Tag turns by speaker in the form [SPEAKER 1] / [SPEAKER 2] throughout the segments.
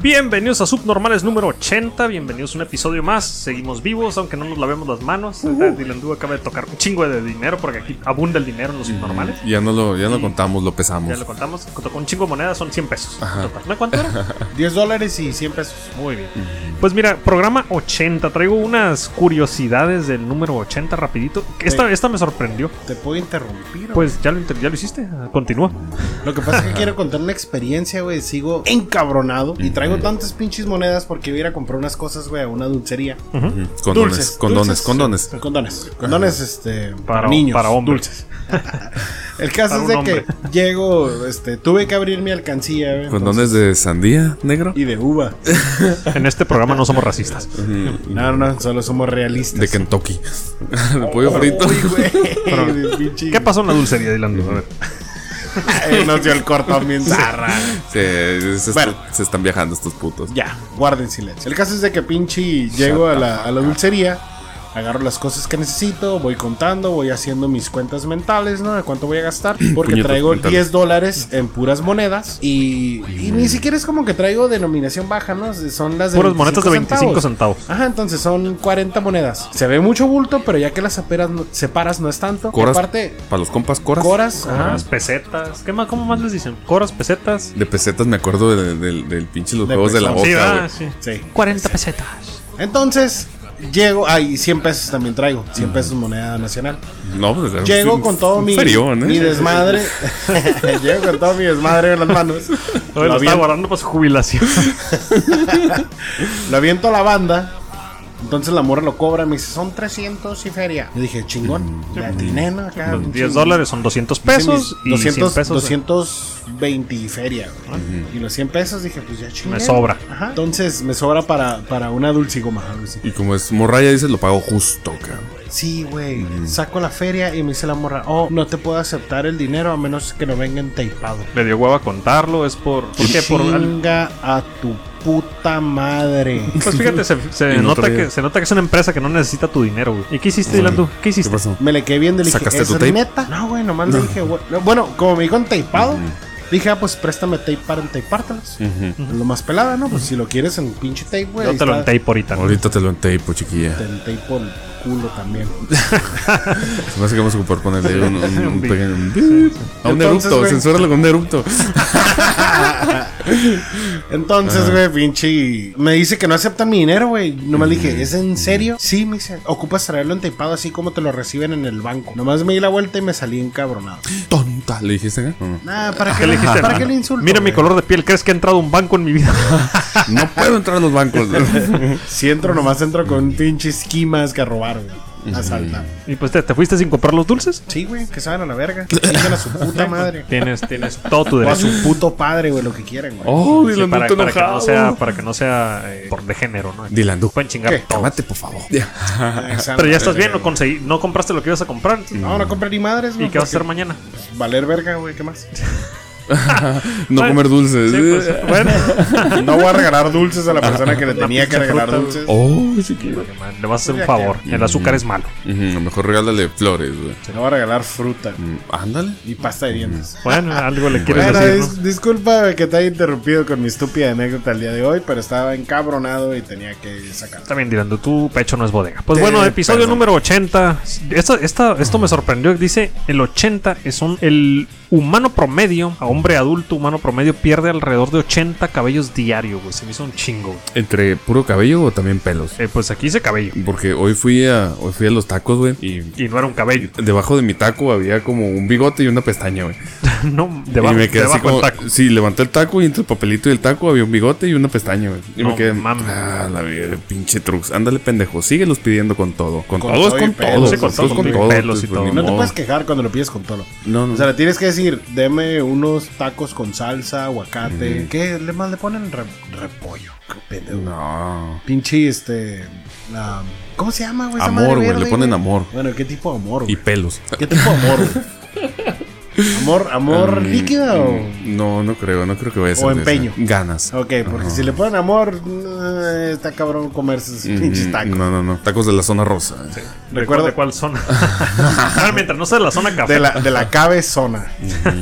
[SPEAKER 1] Bienvenidos a Subnormales número 80, bienvenidos a un episodio más. Seguimos vivos, aunque no nos lavemos las manos. Ahorita Dylan Du acaba de tocar un chingo de dinero, porque aquí abunda el dinero en los subnormales.
[SPEAKER 2] Ya no lo, ya no contamos, lo pesamos.
[SPEAKER 1] Ya lo contamos, tocó un chingo de monedas, son 100 pesos. en total. ¿No cuánto era?
[SPEAKER 3] 10 dólares y 100 pesos.
[SPEAKER 1] Muy bien. Pues mira, programa 80, traigo unas curiosidades del número 80 rapidito. Esta, esta me sorprendió.
[SPEAKER 3] ¿Te puedo interrumpir? güey?
[SPEAKER 1] Pues ya lo, inter- ya lo hiciste, continúa.
[SPEAKER 3] Lo que pasa es que quiero contar una experiencia, güey. Sigo encabronado y traigo tantas pinches monedas porque iba a ir a comprar unas cosas, güey, a una dulcería.
[SPEAKER 2] Ujú. Condones,
[SPEAKER 3] Dulces,
[SPEAKER 2] condones,
[SPEAKER 3] dulces.
[SPEAKER 2] condones.
[SPEAKER 3] Condones. Condones, este,
[SPEAKER 1] Para,
[SPEAKER 3] para niños.
[SPEAKER 1] para hombres.
[SPEAKER 3] El caso
[SPEAKER 1] Para
[SPEAKER 3] es
[SPEAKER 1] un
[SPEAKER 3] de
[SPEAKER 1] hombre.
[SPEAKER 3] que llego, este, tuve que abrir mi alcancía, güey.
[SPEAKER 2] Condones de sandía, negro.
[SPEAKER 3] entonces- Y de uva.
[SPEAKER 1] En este programa no somos racistas.
[SPEAKER 3] No, no, solo somos realistas.
[SPEAKER 2] De Kentucky. El pollo frito.
[SPEAKER 3] Oh, Uy, güey.
[SPEAKER 1] Pero-
[SPEAKER 3] Pinche-
[SPEAKER 1] ¿Qué pasó en la dulcería, Dylan Du? A ver.
[SPEAKER 3] Eh, Nos dio el cortón bien zarra, güey.
[SPEAKER 2] Sí, se,
[SPEAKER 3] Bueno.
[SPEAKER 2] se están viajando estos putos.
[SPEAKER 3] Ya, guarden silencio. El caso es de que pinche llego a la, a la dulcería, agarro las cosas que necesito, voy contando, voy haciendo mis cuentas mentales, ¿no? De cuánto voy a gastar. Porque
[SPEAKER 2] Puñetos
[SPEAKER 3] traigo
[SPEAKER 2] mentales.
[SPEAKER 3] 10 dólares en puras monedas y, y ni siquiera es como que traigo denominación baja, ¿no? Son las de
[SPEAKER 1] Puras monedas de 25 centavos.
[SPEAKER 3] Ajá, entonces son 40 monedas. Se ve mucho bulto, pero ya que las separas no, separas, no es tanto.
[SPEAKER 2] Coras.
[SPEAKER 3] Aparte,
[SPEAKER 2] Para los compas, coras.
[SPEAKER 3] coras, ajá,
[SPEAKER 1] Las pesetas. ¿Qué más? ¿Cómo más les dicen? Coras, pesetas.
[SPEAKER 2] De pesetas me acuerdo de- del, del pinche los
[SPEAKER 3] De
[SPEAKER 2] juegos de la
[SPEAKER 3] pesos.
[SPEAKER 1] Sí,
[SPEAKER 2] boca,
[SPEAKER 1] ¿verdad?
[SPEAKER 2] güey.
[SPEAKER 1] Pues, Sí.
[SPEAKER 3] sí.
[SPEAKER 1] 40 pesetas.
[SPEAKER 3] Entonces, llego, ay, 100 pesos también traigo,
[SPEAKER 2] Mm.
[SPEAKER 3] 100 pesos moneda nacional.
[SPEAKER 2] No, pues, era
[SPEAKER 3] Llego
[SPEAKER 2] un-
[SPEAKER 3] con todo
[SPEAKER 2] un
[SPEAKER 3] mi,
[SPEAKER 2] ferión, ¿eh?
[SPEAKER 3] mi desmadre. Llego con todo mi desmadre en las manos.
[SPEAKER 1] Lo,
[SPEAKER 3] Lo,
[SPEAKER 1] estaba
[SPEAKER 3] avien-
[SPEAKER 1] guardando para su jubilación.
[SPEAKER 3] lo aviento a la banda. Entonces la morra lo cobra. Me dice, son 300 y feria. Yo dije, chingón.
[SPEAKER 2] Mm,
[SPEAKER 3] La atiné, ¿no? Acá, un
[SPEAKER 1] Los 10
[SPEAKER 3] chingo.
[SPEAKER 1] dólares son 200
[SPEAKER 3] Hice mis
[SPEAKER 1] pesos y 100 pesos.
[SPEAKER 3] 220 y feria, güey.
[SPEAKER 2] Ah.
[SPEAKER 3] Y los 100 pesos dije, pues ya chingón.
[SPEAKER 1] Me sobra.
[SPEAKER 3] Ajá. Entonces me sobra para, para una dulcigoma. algo así.
[SPEAKER 2] Y como es morraya, dices, lo pago justo, cabrón.
[SPEAKER 3] Sí, güey. Saco la feria y me dice la morra, oh, no te puedo aceptar el dinero a menos que no vengan taipado.
[SPEAKER 1] eh, Me dio hueva contarlo, es por... ¿Por qué? Por,
[SPEAKER 3] Chinga a tu puta madre.
[SPEAKER 1] pues fíjate, se, se
[SPEAKER 2] Y no
[SPEAKER 1] nota
[SPEAKER 2] traía.
[SPEAKER 1] que, se nota que es una empresa que no necesita tu dinero, güey. ¿Y qué hiciste, Dylan? Du? ¿Qué
[SPEAKER 2] ¿Qué
[SPEAKER 1] hiciste?
[SPEAKER 2] pasó?
[SPEAKER 3] Me le quedé viendo y le dije,
[SPEAKER 2] ¿Sacaste
[SPEAKER 3] ¿es
[SPEAKER 2] tu tape?
[SPEAKER 3] neta? No, güey, nomás le dije, güey. No, Bueno, como me dijo en taipado, dije, ah, pues préstame tape para entapártelos. Es Lo más pelada, ¿no? Pues si lo quieres en pinche tape, güey.
[SPEAKER 1] Yo
[SPEAKER 3] ahí
[SPEAKER 1] te lo
[SPEAKER 3] está.
[SPEAKER 1] enteí por ahorita. ¿no?
[SPEAKER 2] Ahorita te lo enteipo, chiquilla.
[SPEAKER 3] Te entapeo el culo también.
[SPEAKER 2] Se me hace que vamos a ocupar ponerle ahí un, un- un
[SPEAKER 1] Un bip.
[SPEAKER 2] pequeño. un bip. A un
[SPEAKER 3] Entonces,
[SPEAKER 2] erupto,
[SPEAKER 3] güey.
[SPEAKER 2] censúralo con un erupto.
[SPEAKER 3] Entonces, güey, pinche. Me dice que no aceptan mi dinero, güey. Nomás le dije, ¿es en serio? Sí, me dice, ocupas traerlo entapado así como te lo reciben en el banco. Nomás me di la vuelta y me salí encabronado.
[SPEAKER 2] Tonta, ¿le dijiste ¿eh? acá? No.
[SPEAKER 3] Nah, ¿para qué,
[SPEAKER 1] Ah, ¿Qué le dijiste?
[SPEAKER 3] ¿Para qué
[SPEAKER 1] hermano?
[SPEAKER 3] le insulto?
[SPEAKER 1] Mira mi
[SPEAKER 3] güey?
[SPEAKER 1] color de piel, ¿crees que ha entrado un banco en mi vida?
[SPEAKER 2] No puedo entrar a los bancos.
[SPEAKER 3] Si entro, nomás entro con pinches esquimas que robaron, güey. Asaltar.
[SPEAKER 1] ¿Y pues te, te fuiste sin comprar los dulces?
[SPEAKER 3] Sí, güey, que saben a la verga. Digan a su puta madre.
[SPEAKER 1] Tienes, tienes todo tu
[SPEAKER 3] O a
[SPEAKER 1] derecho.
[SPEAKER 3] su puto padre, güey, lo que quieran, güey.
[SPEAKER 2] Oh,
[SPEAKER 1] Sí,
[SPEAKER 2] Dylan,
[SPEAKER 1] para,
[SPEAKER 2] no te
[SPEAKER 1] para que no
[SPEAKER 2] enojado.
[SPEAKER 1] sea, para que no sea eh, por de género, ¿no?
[SPEAKER 2] Dylan, du,
[SPEAKER 1] Pueden chingar
[SPEAKER 3] ¿Qué?
[SPEAKER 1] todos.
[SPEAKER 2] cálmate, por favor.
[SPEAKER 3] Esa
[SPEAKER 1] Pero
[SPEAKER 3] madre,
[SPEAKER 1] ya estás bien,
[SPEAKER 3] güey.
[SPEAKER 1] no conseguí, no compraste lo que ibas a comprar.
[SPEAKER 3] No, no compré ni madres,
[SPEAKER 1] ¿Y
[SPEAKER 3] güey.
[SPEAKER 1] qué vas a
[SPEAKER 3] porque,
[SPEAKER 1] hacer mañana?
[SPEAKER 3] pues, Valer verga, güey, ¿qué más?
[SPEAKER 2] No
[SPEAKER 1] Bueno,
[SPEAKER 2] comer dulces.
[SPEAKER 1] Sí, pues, bueno,
[SPEAKER 3] No voy a regalar dulces a la persona que le tenía que
[SPEAKER 1] pinche
[SPEAKER 3] regalar
[SPEAKER 1] fruta,
[SPEAKER 3] dulces.
[SPEAKER 2] Oh, chiquilla.
[SPEAKER 1] le vas a hacer un favor. El azúcar es malo.
[SPEAKER 2] Ujú, mejor regálale flores, güey.
[SPEAKER 3] No voy a regalar fruta
[SPEAKER 2] Mm, Ándale.
[SPEAKER 3] y pasta de dientes.
[SPEAKER 1] Bueno, algo le quieres
[SPEAKER 3] Bueno,
[SPEAKER 1] decir,
[SPEAKER 3] dis- disculpa que te haya interrumpido con mi estúpida anécdota el día de hoy, pero estaba encabronado y tenía que sacarlo.
[SPEAKER 1] También tirando tu pecho no es bodega. Pues
[SPEAKER 3] Eh,
[SPEAKER 1] bueno, episodio
[SPEAKER 3] perdón.
[SPEAKER 1] número 80. Esta, esta, esto me sorprendió. Dice, el 80 es un... El humano promedio, a hombre adulto humano promedio, pierde alrededor de 80 cabellos diario, güey. Se me hizo un chingo. güey.
[SPEAKER 2] ¿Entre puro cabello o también pelos?
[SPEAKER 1] Eh, pues aquí hice cabello.
[SPEAKER 2] Porque hoy fui a, hoy fui a los tacos, güey. Y
[SPEAKER 1] Y no era un cabello.
[SPEAKER 2] debajo de mi taco había como un bigote y una pestaña, güey.
[SPEAKER 1] no, debajo,
[SPEAKER 2] y me quedé así
[SPEAKER 1] debajo del
[SPEAKER 2] como.
[SPEAKER 1] taco.
[SPEAKER 2] Sí, levanté el taco y entre el papelito y el taco había un bigote y una pestaña, güey. Y
[SPEAKER 1] No
[SPEAKER 2] me quedé.
[SPEAKER 1] mames.
[SPEAKER 2] Ah, la vida, pinche trucs. Ándale, pendejo. Síguelos pidiendo con todo. Con, todo, es
[SPEAKER 3] todo y
[SPEAKER 2] con
[SPEAKER 3] pelos.
[SPEAKER 2] todo.
[SPEAKER 3] Sí, con
[SPEAKER 2] con
[SPEAKER 1] todo,
[SPEAKER 2] todo, con
[SPEAKER 1] con
[SPEAKER 2] todo.
[SPEAKER 1] pelos y
[SPEAKER 2] Pues, pues,
[SPEAKER 1] todo.
[SPEAKER 2] ni
[SPEAKER 3] No te
[SPEAKER 2] modo.
[SPEAKER 3] puedes quejar cuando lo pides con todo.
[SPEAKER 2] No, no.
[SPEAKER 3] O sea, le tienes que decir, deme unos tacos con salsa, aguacate. ¿Qué le más le ponen? Re- repollo. Qué pendejo.
[SPEAKER 2] no.
[SPEAKER 3] Pinche, este. la- ¿Cómo se llama, güey? esa
[SPEAKER 2] Amor,
[SPEAKER 3] madre
[SPEAKER 2] güey,
[SPEAKER 3] verde,
[SPEAKER 2] le ponen
[SPEAKER 3] güey?
[SPEAKER 2] amor.
[SPEAKER 3] Bueno, ¿qué tipo de amor,
[SPEAKER 2] Y
[SPEAKER 3] güey?
[SPEAKER 2] pelos.
[SPEAKER 3] ¿Qué tipo de amor, güey? ¿Amor, amor
[SPEAKER 2] Mm,
[SPEAKER 3] líquido o.?
[SPEAKER 2] No, no creo, no creo que vaya a ser. de
[SPEAKER 3] empeño.
[SPEAKER 2] esa. Ganas.
[SPEAKER 3] Ok, porque si le ponen amor, eh, está cabrón comerse esos pinches
[SPEAKER 2] Mm,
[SPEAKER 3] tacos.
[SPEAKER 2] No, no, no. Tacos de la zona rosa.
[SPEAKER 1] Recuerda de cuál zona. Ah, Mientras no sea de la zona café.
[SPEAKER 3] De la, de la cabezona.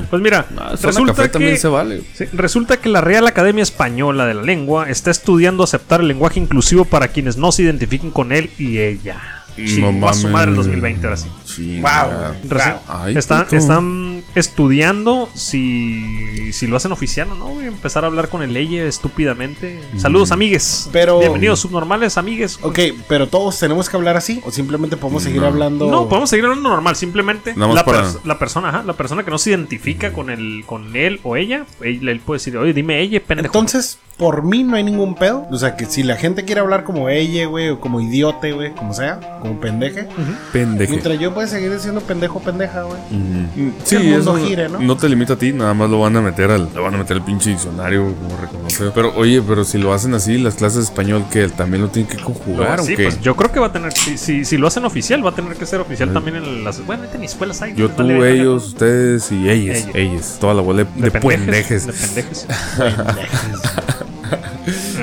[SPEAKER 1] Pues mira,
[SPEAKER 2] Ah, zona café
[SPEAKER 1] resulta
[SPEAKER 2] también
[SPEAKER 1] que
[SPEAKER 2] se vale.
[SPEAKER 1] Sí, resulta que la Real Academia Española de la Lengua está estudiando aceptar el lenguaje inclusivo para quienes no se identifiquen con él y ella. Chingó a su madre el 2020 ahora sí.
[SPEAKER 2] Wow.
[SPEAKER 1] Reci-
[SPEAKER 2] Ay,
[SPEAKER 1] están,
[SPEAKER 2] puto.
[SPEAKER 1] están estudiando si, si lo hacen oficial o no. güey, Empezar a hablar con el ley estúpidamente.
[SPEAKER 2] Mm.
[SPEAKER 1] Saludos, amigues.
[SPEAKER 3] Pero-
[SPEAKER 1] Bienvenidos, subnormales, amigues.
[SPEAKER 3] Ok, pero todos tenemos que hablar así. O simplemente podemos seguir hablando.
[SPEAKER 1] No, podemos seguir hablando normal, simplemente
[SPEAKER 2] Nada más
[SPEAKER 1] la,
[SPEAKER 2] para-
[SPEAKER 1] pers- la persona, ajá, la persona que no se identifica con el, con él o ella, él, él puede decir, oye, dime ella, pendejo.
[SPEAKER 3] Entonces, por mí no hay ningún pedo. O sea, que si la gente quiere hablar como ella, güey, o como idiote, güey, como sea, como pendeje.
[SPEAKER 2] Pendeje.
[SPEAKER 3] Mientras yo pueda seguir diciendo pendejo, pendeja, güey.
[SPEAKER 2] Mm.
[SPEAKER 3] Que el mundo
[SPEAKER 2] eso
[SPEAKER 3] gire, ¿no?
[SPEAKER 2] te limita a ti, nada más lo van a meter al, lo van a meter al pinche diccionario, como reconoce. Pero oye, pero si lo hacen así, las clases de español que también lo tienen que conjugar, ¿o
[SPEAKER 1] sí,
[SPEAKER 2] qué?
[SPEAKER 1] pues yo creo que va a tener, si, si, si lo hacen oficial, va a tener que ser oficial también en las... Bueno, ahorita ni escuelas hay.
[SPEAKER 2] Yo,
[SPEAKER 1] les
[SPEAKER 2] tú,
[SPEAKER 1] vale verga.
[SPEAKER 2] ellos, ustedes y ellas,
[SPEAKER 1] Ellos.
[SPEAKER 2] ellas, toda la bola de, de pendejes.
[SPEAKER 1] De pendejes.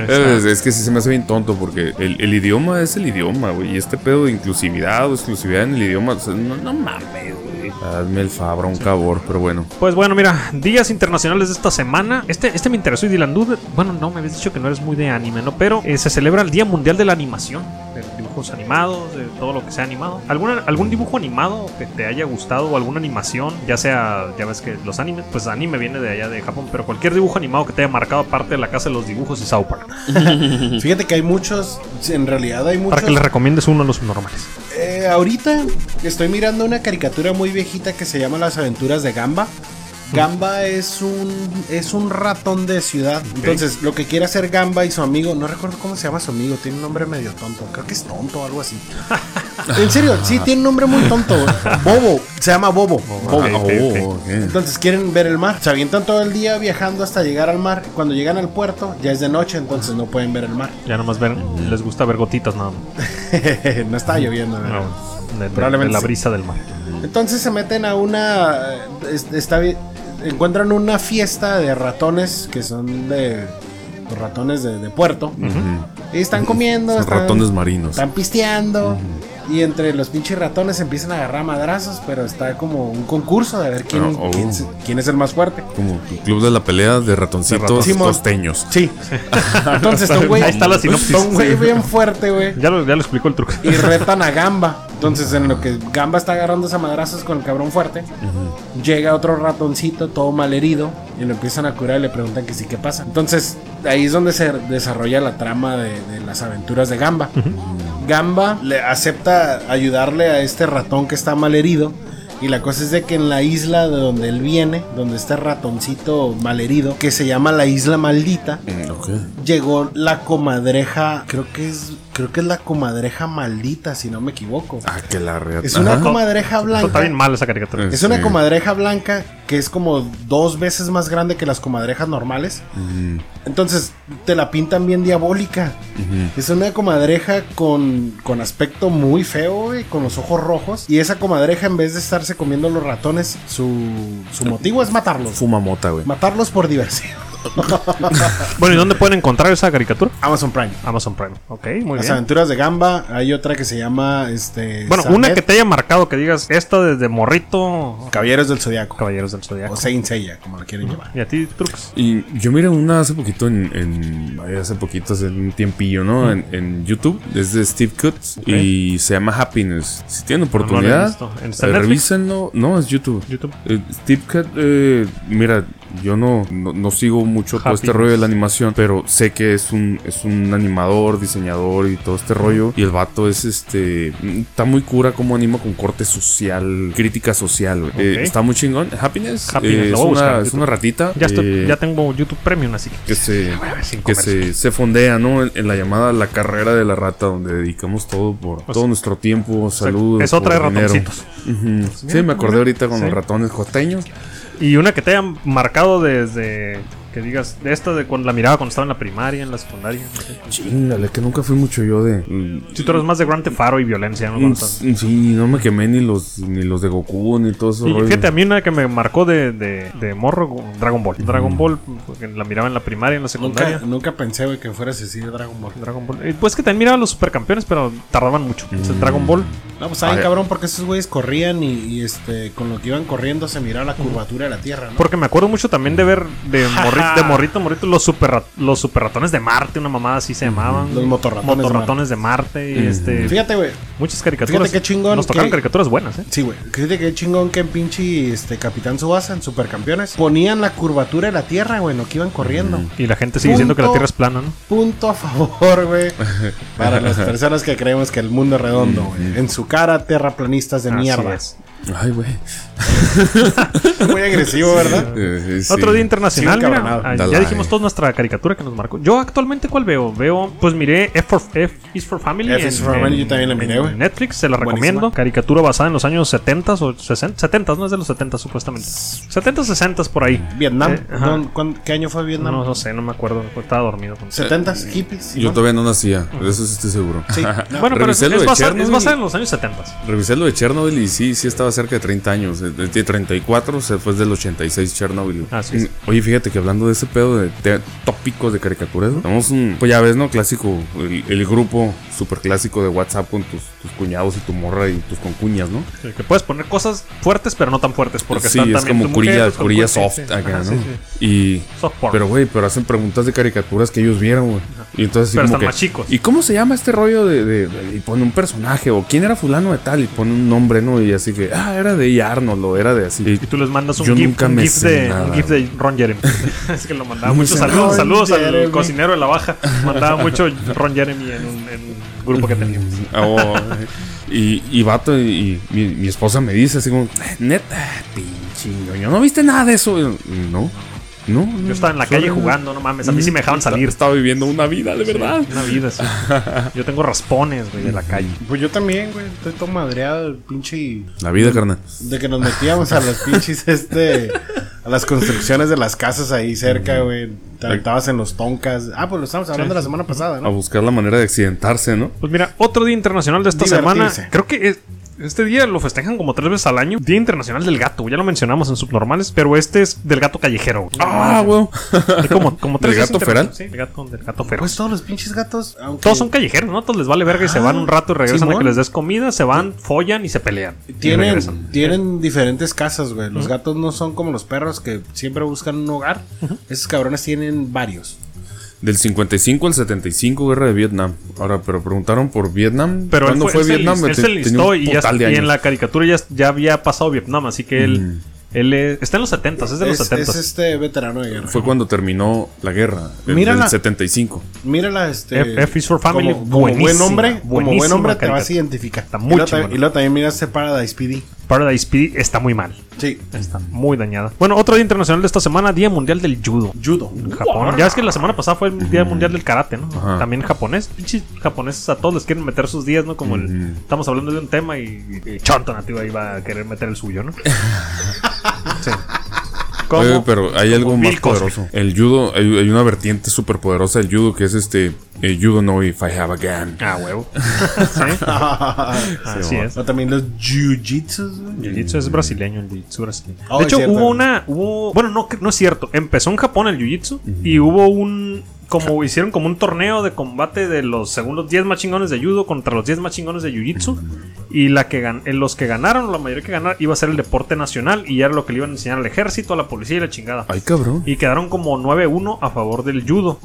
[SPEAKER 2] Es, es que sí se me hace bien tonto porque el, el idioma es el idioma, güey. Y este pedo de inclusividad o exclusividad en el idioma, o sea, no, no mames, güey. Hazme el favor, un cabor, pero bueno.
[SPEAKER 1] Pues bueno, mira, días internacionales de esta semana. Este, este me interesó y Dylan Dude. Bueno, no, me habías dicho que no eres muy de anime, ¿no? Pero eh, se celebra el Día Mundial de la Animación, de los dibujos animados, de todo lo que sea animado. ¿Alguna, ¿Algún dibujo animado que te haya gustado o alguna animación? Ya sea, ya ves que los animes, pues anime viene de allá de Japón, pero cualquier dibujo animado que te haya marcado aparte de la casa de los dibujos y South Park.
[SPEAKER 3] Fíjate que hay muchos, en realidad hay muchos.
[SPEAKER 1] Para que les recomiendes uno a los normales.
[SPEAKER 3] Eh, ahorita estoy mirando una caricatura muy viejita que se llama Las aventuras de Gamba. Gamba es un es un ratón de ciudad. Entonces, lo que quiere hacer Gamba y su amigo, no recuerdo cómo se llama su amigo, tiene un nombre medio tonto, creo que es tonto o algo así. en serio, sí tiene un nombre muy tonto. Bobo, se llama Bobo. Bobo.
[SPEAKER 2] Ah,
[SPEAKER 1] ok,
[SPEAKER 2] oh, ok.
[SPEAKER 3] Entonces quieren ver el mar. Se avientan todo el día viajando hasta llegar al mar. Cuando llegan al puerto, ya es de noche, entonces no pueden ver el mar.
[SPEAKER 1] Ya nomás ver, les gusta ver gotitas nada más.
[SPEAKER 3] no está lloviendo, ¿verdad?
[SPEAKER 1] De- de- de
[SPEAKER 3] Probablemente
[SPEAKER 1] la
[SPEAKER 3] sí.
[SPEAKER 1] brisa del mar.
[SPEAKER 3] Entonces se meten a una. es- está bien- encuentran una fiesta de ratones que son de. pues, ratones de, de puerto. Y están comiendo.
[SPEAKER 2] Son
[SPEAKER 3] están,
[SPEAKER 2] ratones marinos.
[SPEAKER 3] Están pisteando. Y entre los pinches ratones empiezan a agarrar madrazos, pero está como un concurso de ver quién,
[SPEAKER 2] Oh, oh.
[SPEAKER 3] quién se- quién es el más fuerte.
[SPEAKER 2] Como tu club de la pelea de ratoncitos
[SPEAKER 1] De ratoncitos.
[SPEAKER 2] costeños.
[SPEAKER 3] Sí. Entonces, está un güey.
[SPEAKER 1] Ahí está la sinopsis.
[SPEAKER 3] está un güey bien fuerte, güey.
[SPEAKER 1] Ya lo, ya lo explicó el truco.
[SPEAKER 3] y retan a Gamba. Entonces, en lo que Gamba está agarrando a madrazos con el cabrón fuerte, llega otro ratoncito todo malherido y lo empiezan a curar y le preguntan que sí, qué pasa. Entonces, ahí es donde se desarrolla la trama de, de las aventuras de Gamba. Gamba le acepta ayudarle a este ratón que está malherido. Y la cosa es de que en la isla de donde él viene, donde este ratoncito malherido, que se llama la isla maldita,
[SPEAKER 2] Mm, ok.
[SPEAKER 3] llegó la comadreja, creo que es, creo que es la comadreja maldita, si no me equivoco.
[SPEAKER 2] Ah, que la reata.
[SPEAKER 3] Es una
[SPEAKER 2] Ajá.
[SPEAKER 3] comadreja
[SPEAKER 1] Está bien
[SPEAKER 3] blanca.
[SPEAKER 1] mal esa caricatura.
[SPEAKER 2] Eh.
[SPEAKER 3] Es una
[SPEAKER 2] Sí.
[SPEAKER 3] comadreja blanca que es como dos veces más grande que las comadrejas normales.
[SPEAKER 2] Mm,
[SPEAKER 3] Entonces te la pintan bien diabólica.
[SPEAKER 2] ujú.
[SPEAKER 3] Es una comadreja con, con aspecto muy feo, güey, con los ojos rojos. Y esa comadreja, en vez de estarse comiendo los ratones, su, su motivo es matarlos.
[SPEAKER 2] Fuma mota, güey.
[SPEAKER 3] Matarlos por diversión.
[SPEAKER 1] Bueno, ¿y dónde pueden encontrar esa caricatura?
[SPEAKER 3] Amazon Prime.
[SPEAKER 1] Amazon Prime. Ok, muy
[SPEAKER 3] Las
[SPEAKER 1] bien.
[SPEAKER 3] aventuras de Gamba, hay otra que se llama este
[SPEAKER 1] Bueno,
[SPEAKER 3] Sarnet,
[SPEAKER 1] una que te haya marcado, que digas, esta desde morrito,
[SPEAKER 3] Caballeros del Zodiaco
[SPEAKER 1] Caballeros del
[SPEAKER 3] o
[SPEAKER 1] Zodiaco.
[SPEAKER 3] Saint Seiya, como lo quieren llamar.
[SPEAKER 1] Y a ti, trucos.
[SPEAKER 2] Y yo miré una hace poquito en, en- ay, hace poquito, hace un tiempillo,
[SPEAKER 1] Mm.
[SPEAKER 2] ¿no? En, en YouTube, es de Steve Cutts y se llama Happiness. Si tienen
[SPEAKER 1] lo Ah, he
[SPEAKER 2] oportunidad,
[SPEAKER 1] visto. ¿En- está en
[SPEAKER 2] eh,
[SPEAKER 1] Netflix?
[SPEAKER 2] revísenlo. No, es YouTube.
[SPEAKER 1] YouTube.
[SPEAKER 2] Eh, Steve Cutts, eh, mira, yo no, no, no sigo mucho todo este
[SPEAKER 1] Happiness.
[SPEAKER 2] rollo de la animación, pero sé que es un, es un animador, diseñador y todo este rollo. Y el vato es este, mm, está muy cura como anima con corte social, crítica social. güey. Eh,
[SPEAKER 1] Ok.
[SPEAKER 2] está muy chingón. Happiness,
[SPEAKER 1] Happiness,
[SPEAKER 2] eh,
[SPEAKER 1] lo voy
[SPEAKER 2] es,
[SPEAKER 1] a buscar en
[SPEAKER 2] una, es
[SPEAKER 1] YouTube.
[SPEAKER 2] una ratita.
[SPEAKER 1] Ya, estoy,
[SPEAKER 2] eh,
[SPEAKER 1] ya tengo YouTube Premium, así que.
[SPEAKER 2] que se,
[SPEAKER 1] A ver, sin
[SPEAKER 2] que
[SPEAKER 1] comercial.
[SPEAKER 2] se, se fondea, ¿no? En, en la llamada la carrera de la rata, donde dedicamos todo por todo nuestro tiempo,
[SPEAKER 1] Pues sea,
[SPEAKER 2] salud.
[SPEAKER 1] es otra de
[SPEAKER 2] por dinero.
[SPEAKER 1] ratoncitos. Pues
[SPEAKER 2] Ujú. Sí, me acordé ahorita con
[SPEAKER 1] Sí.
[SPEAKER 2] los ratones costeños.
[SPEAKER 1] Y una que te haya marcado desde. que que digas, de esta de cuando la miraba cuando estaba en la primaria, en la secundaria. no sé.
[SPEAKER 2] Chingale, que nunca fui mucho yo de.
[SPEAKER 1] Si tú eres más de Grand Theft Auto y violencia, ¿no?
[SPEAKER 2] Mm,
[SPEAKER 1] Cuando estás-
[SPEAKER 2] Sí, no me quemé ni los ni los de Goku ni todo eso.
[SPEAKER 1] Y fíjate, a mí una que me marcó de, de, de morro, Dragon Ball. Dragon Ball, porque la miraba en la primaria, en la secundaria.
[SPEAKER 3] Nunca, nunca pensé, güey, que fueras así de Dragon Ball.
[SPEAKER 1] Dragon Ball. Eh, Pues que también miraba los supercampeones, pero tardaban mucho. Entonces, Dragon Ball.
[SPEAKER 3] No, pues saben,
[SPEAKER 2] Ay.
[SPEAKER 3] cabrón, porque esos güeyes corrían y, y, este, con lo que iban corriendo se miraba la curvatura de la tierra, ¿no?
[SPEAKER 1] Porque me acuerdo mucho también de ver de, morri- de morrito, morrito, los super, los superratones de Marte, una mamada así se llamaban.
[SPEAKER 3] Los motorratones de
[SPEAKER 1] Motorratones de Marte. y este,
[SPEAKER 3] Fíjate, güey.
[SPEAKER 1] muchas caricaturas.
[SPEAKER 3] fíjate qué chingón
[SPEAKER 1] Nos tocaron
[SPEAKER 3] que-
[SPEAKER 1] caricaturas buenas, ¿eh?
[SPEAKER 3] Sí, güey. Fíjate que chingón que en pinche este, Capitán Subasa en Supercampeones ponían la curvatura de la tierra, güey, en lo que iban corriendo.
[SPEAKER 1] Y la gente sigue diciendo que la
[SPEAKER 3] Punto.
[SPEAKER 1] Tierra es plana, ¿no?
[SPEAKER 3] Punto a favor, güey. Para las personas que creemos que el mundo es redondo, güey. En su cara, terraplanistas de
[SPEAKER 1] Así
[SPEAKER 3] mierda.
[SPEAKER 1] es.
[SPEAKER 2] Ay, güey.
[SPEAKER 3] Muy agresivo, ¿verdad?
[SPEAKER 2] Eh, eh, sí.
[SPEAKER 1] Otro día internacional.
[SPEAKER 3] Sí,
[SPEAKER 1] mira,
[SPEAKER 3] cabronado.
[SPEAKER 1] ah, ya
[SPEAKER 2] Dale.
[SPEAKER 1] dijimos toda nuestra caricatura que nos marcó. Yo actualmente, ¿cuál veo? Veo, pues miré F, for- F is for Family.
[SPEAKER 3] F is for Family, yo también la miré,
[SPEAKER 1] en
[SPEAKER 3] güey.
[SPEAKER 1] Netflix, se la
[SPEAKER 3] Buenísima.
[SPEAKER 1] recomiendo. Caricatura basada en los años 70 o 60. 70, no es de los 70 supuestamente. 70, 60 por ahí.
[SPEAKER 3] Vietnam.
[SPEAKER 1] Eh, ajá.
[SPEAKER 3] ¿Dónde- cuán- ¿Qué año fue Vietnam?
[SPEAKER 1] No, no sé, no me acuerdo. Estaba dormido.
[SPEAKER 3] ¿70s?
[SPEAKER 1] Eh,
[SPEAKER 3] ¿Hippies?
[SPEAKER 2] Yo
[SPEAKER 3] Simón.
[SPEAKER 2] todavía no nacía, de eso sí estoy seguro.
[SPEAKER 3] Sí. No,
[SPEAKER 1] Bueno, pero es,
[SPEAKER 2] Revisé lo
[SPEAKER 1] es
[SPEAKER 2] de
[SPEAKER 1] basa- es
[SPEAKER 2] Chernobyl.
[SPEAKER 1] basada en los años 70.
[SPEAKER 2] Revisé lo de Chernobyl y sí, sí estaba cerca de 30 años. eh, De 34 se fue del 86 Chernobyl.
[SPEAKER 1] Así es.
[SPEAKER 2] Mm, Oye, fíjate que hablando de ese pedo de te- tópicos de caricaturas, ¿no? tenemos un, pues ya ves, ¿no? Clásico, el, el grupo super clásico de WhatsApp con tus, tus cuñados y tu morra y tus concuñas, ¿no?
[SPEAKER 1] Sí, Que puedes poner cosas fuertes, pero no tan fuertes. Porque
[SPEAKER 2] sí,
[SPEAKER 1] están
[SPEAKER 2] es
[SPEAKER 1] también
[SPEAKER 2] como
[SPEAKER 1] tu
[SPEAKER 2] curilla,
[SPEAKER 1] mujer, tu
[SPEAKER 2] curilla
[SPEAKER 1] cuerpo,
[SPEAKER 2] soft
[SPEAKER 1] sí, sí. Ajá,
[SPEAKER 2] acá, ¿no?
[SPEAKER 1] sí, sí.
[SPEAKER 2] Y
[SPEAKER 1] Soft porn.
[SPEAKER 2] Pero, güey, pero hacen preguntas de caricaturas que ellos vieron, güey. Y entonces, así
[SPEAKER 1] Pero
[SPEAKER 2] como
[SPEAKER 1] están
[SPEAKER 2] que,
[SPEAKER 1] más chicos.
[SPEAKER 2] ¿Y cómo se llama este rollo de, de- de- Y pone un personaje, o quién era fulano de tal, y pone un nombre, ¿no? Y así que, ah, era de ella Arnold, o era de así. Y
[SPEAKER 1] Y tú les mandas un
[SPEAKER 2] Yo
[SPEAKER 1] gif,
[SPEAKER 2] nunca
[SPEAKER 1] un
[SPEAKER 2] me
[SPEAKER 1] gif
[SPEAKER 2] sé
[SPEAKER 1] de,
[SPEAKER 2] nada,
[SPEAKER 1] un gif de Ron Jeremy. es que lo mandaba mucho.
[SPEAKER 2] Mucho
[SPEAKER 1] Saludos,
[SPEAKER 3] Ron
[SPEAKER 1] saludos al
[SPEAKER 3] Jeremy.
[SPEAKER 1] cocinero de la baja. Mandaba mucho Ron Jeremy en un, en un grupo que teníamos.
[SPEAKER 2] Oh, y, y vato, y, y mi, mi esposa me dice así como, "Eh, neta, pinche ñoño, ¿no viste nada de eso? Y yo, No, no. no,
[SPEAKER 1] Yo estaba en la
[SPEAKER 2] solo
[SPEAKER 1] calle
[SPEAKER 2] no".
[SPEAKER 1] jugando, no mames. A mí sí me dejaban salir.
[SPEAKER 2] Estaba viviendo una vida, de verdad.
[SPEAKER 1] Una vida así. Yo tengo raspones, güey, de la calle.
[SPEAKER 3] Pues yo también, güey. Estoy todo madreado del pinche.
[SPEAKER 2] La vida, carnal.
[SPEAKER 3] De que nos metíamos a los pinches, este. A las construcciones de las casas ahí cerca, güey. Te aventabas en los toncas. Ah, pues lo estábamos hablando la semana pasada,
[SPEAKER 2] A
[SPEAKER 3] ¿no?
[SPEAKER 2] buscar la manera de accidentarse, ¿no?
[SPEAKER 1] Pues mira, otro día internacional de esta
[SPEAKER 3] Divertirse.
[SPEAKER 1] semana. Creo que es- este día lo festejan como tres veces al año. Día Internacional del Gato. Ya lo mencionamos en subnormales, pero este es del gato callejero. güey.
[SPEAKER 2] Ah, güey.
[SPEAKER 1] Hay como, como tres
[SPEAKER 2] ¿Del
[SPEAKER 1] veces
[SPEAKER 2] gato
[SPEAKER 1] interna-
[SPEAKER 2] feral?
[SPEAKER 1] Sí, del gato, del gato feral.
[SPEAKER 3] Pues todos los pinches gatos. aunque-
[SPEAKER 1] Todos son callejeros, ¿no? Todos les vale verga y se van un rato y regresan a
[SPEAKER 3] Simón.
[SPEAKER 1] que les des comida, se van, follan y se pelean. Y regresan.
[SPEAKER 3] Tienen, tienen diferentes casas, güey. Los gatos no son como los perros que siempre buscan un hogar. Esos cabrones tienen varios.
[SPEAKER 2] Del 55 al 75, guerra de Vietnam. Ahora, pero preguntaron por Vietnam.
[SPEAKER 1] Pero él
[SPEAKER 2] ¿Cuándo
[SPEAKER 1] fue,
[SPEAKER 2] fue,
[SPEAKER 1] él se
[SPEAKER 2] Vietnam?
[SPEAKER 1] lis- él
[SPEAKER 2] Te-
[SPEAKER 1] se
[SPEAKER 2] tenía
[SPEAKER 1] listó
[SPEAKER 2] un
[SPEAKER 1] y, ya,
[SPEAKER 2] total de
[SPEAKER 1] y
[SPEAKER 2] años.
[SPEAKER 1] en la caricatura ya, ya había pasado Vietnam, así que él, él es- está en los 70, es de los
[SPEAKER 3] Es,
[SPEAKER 1] 70.
[SPEAKER 3] es este veterano de guerra.
[SPEAKER 2] Fue cuando terminó la guerra. El,
[SPEAKER 3] Mírala.
[SPEAKER 2] del 75.
[SPEAKER 3] Mírala, este.
[SPEAKER 1] F- F is for Family,
[SPEAKER 3] Como, como buen
[SPEAKER 1] buenísima,
[SPEAKER 3] hombre, como buen
[SPEAKER 1] buenísima
[SPEAKER 3] hombre te vas a
[SPEAKER 1] caricatura.
[SPEAKER 3] identificar.
[SPEAKER 1] Está
[SPEAKER 3] Y
[SPEAKER 1] muy
[SPEAKER 3] luego
[SPEAKER 1] chingona.
[SPEAKER 3] también- Y luego también miraste Paradise PD.
[SPEAKER 1] Paradise Speedy está muy mal,
[SPEAKER 3] Sí.
[SPEAKER 1] está muy dañada. Bueno, otro día internacional de esta semana, Día Mundial del Judo.
[SPEAKER 3] Judo.
[SPEAKER 1] En Japón. Ya es que la semana pasada fue el Día Mundial del Karate, ¿no?
[SPEAKER 2] Ajá.
[SPEAKER 1] También japonés. Pinches japoneses a todos les quieren meter sus días, ¿no? Como el.
[SPEAKER 2] Ujú.
[SPEAKER 1] Estamos hablando de un tema y, y Chonton, tío, ahí va a querer meter el suyo, ¿no? sí. Como-
[SPEAKER 2] Oye, pero hay algo
[SPEAKER 1] Bill
[SPEAKER 2] más
[SPEAKER 1] Cosby.
[SPEAKER 2] poderoso. El judo, hay, hay una vertiente súper poderosa del judo que es este. eh, judo no if I have a gun.
[SPEAKER 1] Ah, huevo. sí. Así
[SPEAKER 2] va.
[SPEAKER 1] es.
[SPEAKER 3] O también los jiu-jitsu, güey.
[SPEAKER 1] El jiu-jitsu es brasileño, el jiu-jitsu brasileño.
[SPEAKER 3] Oh,
[SPEAKER 1] de
[SPEAKER 3] es
[SPEAKER 1] hecho,
[SPEAKER 3] cierto.
[SPEAKER 1] hubo una. Hubo, bueno, no, no es cierto. Empezó en Japón el jiu-jitsu y hubo un. Como hicieron como un torneo de combate de los segundos 10 más chingones de judo contra los 10 más chingones de jiu-jitsu. Y la que gan- eh, los que ganaron, la mayoría que ganaron, iba a ser el deporte nacional y ya era lo que le iban a enseñar al ejército, a la policía y la chingada.
[SPEAKER 2] Ay, cabrón.
[SPEAKER 1] Y quedaron como 9-1 a favor del judo.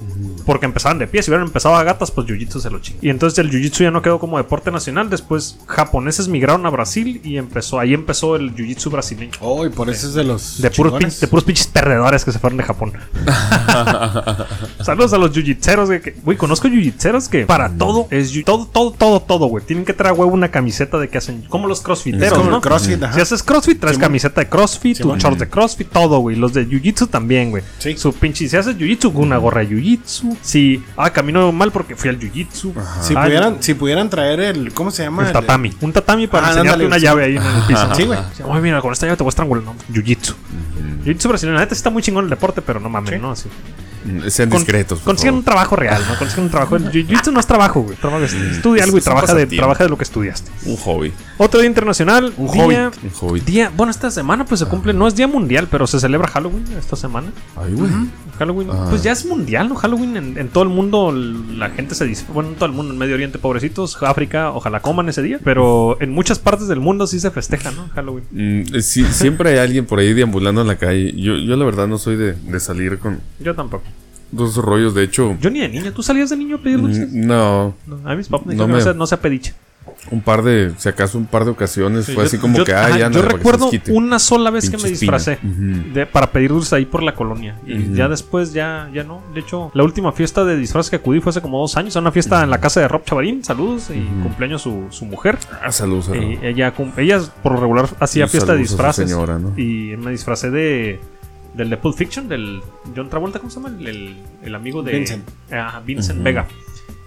[SPEAKER 1] Porque empezaban de pie. Si hubieran empezado a gatas, pues jiu-jitsu se lo chingó. Y entonces el jiu-jitsu ya no quedó como deporte nacional. Después japoneses migraron a Brasil y empezó ahí empezó el jiu-jitsu brasileño.
[SPEAKER 3] Oh, y por eso es de los.
[SPEAKER 1] De puros,
[SPEAKER 3] chingones.
[SPEAKER 1] pin- de puros pinches perdedores que se fueron de Japón. Saludos a los jiu-jitseros. güey, que- Güey, conozco jiu-jitseros que para todo es jiu- todo, todo, todo, todo, güey. Tienen que traer, güey, una camiseta de que hacen. Como los crossfiteros,
[SPEAKER 3] Es como
[SPEAKER 1] ¿no?
[SPEAKER 3] el crossfit, ajá.
[SPEAKER 1] Si haces crossfit, traes
[SPEAKER 3] Simón.
[SPEAKER 1] camiseta de crossfit, tu
[SPEAKER 3] Simón.
[SPEAKER 1] shorts de crossfit, todo, güey. Los de jiu-jitsu también, güey.
[SPEAKER 3] Sí.
[SPEAKER 1] Su pinche. Si haces jiu-jitsu, una gorra de jiu-jitsu. Si. Ah, camino mal porque fui al jiu-jitsu.
[SPEAKER 3] Si
[SPEAKER 1] Ah,
[SPEAKER 3] pudieran, si pudieran traer el. ¿Cómo se llama?
[SPEAKER 1] el tatami. Un tatami para
[SPEAKER 3] Ah,
[SPEAKER 1] enseñarte
[SPEAKER 3] ándale,
[SPEAKER 1] una
[SPEAKER 3] sí.
[SPEAKER 1] llave ahí en el piso.
[SPEAKER 3] Sí, güey.
[SPEAKER 1] Oye, mira, con esta llave te voy a estrangular. No, jiu-jitsu. Jiu-Jitsu brasileño, la neta está muy chingón el deporte, pero no mames,
[SPEAKER 3] Sí.
[SPEAKER 1] ¿no? Así.
[SPEAKER 2] Mm, Sean
[SPEAKER 1] Con-
[SPEAKER 2] discretos. por
[SPEAKER 1] Consigan un
[SPEAKER 2] favor.
[SPEAKER 1] trabajo real, ¿no? Consigan un trabajo. El jiu-jitsu no es trabajo, güey. Trabajo- estudia
[SPEAKER 2] es-
[SPEAKER 1] algo y
[SPEAKER 2] es un
[SPEAKER 1] trabaja de,
[SPEAKER 2] pasatiempo.
[SPEAKER 1] trabaja de lo que estudiaste.
[SPEAKER 2] un hobby.
[SPEAKER 1] Otro día internacional.
[SPEAKER 3] Un
[SPEAKER 1] día,
[SPEAKER 2] Un hobby.
[SPEAKER 1] día- bueno, esta semana pues se cumple, no es día mundial, pero se celebra Halloween esta semana.
[SPEAKER 2] Ay, güey.
[SPEAKER 1] Halloween,
[SPEAKER 2] Ah.
[SPEAKER 1] pues ya es mundial, ¿no? Halloween en, en todo el mundo, la gente se disfruta, bueno, en todo el mundo, en Medio Oriente, pobrecitos, África, ojalá coman ese día, pero en muchas partes del mundo sí se festeja, ¿no? Halloween.
[SPEAKER 2] Mm, eh, sí, siempre hay alguien por ahí deambulando en la calle. Yo, yo la verdad no soy de, de salir con
[SPEAKER 1] Yo tampoco.
[SPEAKER 2] todos esos rollos. De hecho,
[SPEAKER 1] Yo ni de niño, ¿tú salías de niño a pedir
[SPEAKER 2] mm,
[SPEAKER 1] dulces?
[SPEAKER 2] no.
[SPEAKER 1] No, a mis papás me
[SPEAKER 2] No
[SPEAKER 1] dijeron, no,
[SPEAKER 2] me-
[SPEAKER 1] se, no se pediche.
[SPEAKER 2] Un par de, si acaso un par de ocasiones fue
[SPEAKER 1] Yo-
[SPEAKER 2] así como
[SPEAKER 1] yo-
[SPEAKER 2] que,
[SPEAKER 1] ajá,
[SPEAKER 2] ay, anda,
[SPEAKER 1] Yo
[SPEAKER 2] para que se
[SPEAKER 1] recuerdo
[SPEAKER 2] les quite.
[SPEAKER 1] una sola vez que
[SPEAKER 2] Pinche
[SPEAKER 1] me
[SPEAKER 2] espina.
[SPEAKER 1] disfracé
[SPEAKER 2] Ujú.
[SPEAKER 1] de- para pedir dulce ahí por la colonia. Y
[SPEAKER 2] Ujú.
[SPEAKER 1] ya después, ya, ya no. De hecho, la última fiesta de disfraz que acudí fue hace como dos años. A una fiesta en la casa de Rob Chavarín. Saludos y cumpleaños su, su mujer.
[SPEAKER 2] Ah, salud, salud.
[SPEAKER 1] Y Eh, ella, cum- ella por lo regular hacía
[SPEAKER 2] Un
[SPEAKER 1] fiesta de
[SPEAKER 2] saludos a su
[SPEAKER 1] disfraces.
[SPEAKER 2] señora, ¿no?
[SPEAKER 1] Y me disfracé de. Del de Pulp Fiction, del John Travolta, ¿cómo se llama? El, el- el amigo de.
[SPEAKER 3] Vincent.
[SPEAKER 1] Ah, Vincent
[SPEAKER 2] Ujú.
[SPEAKER 1] Vega.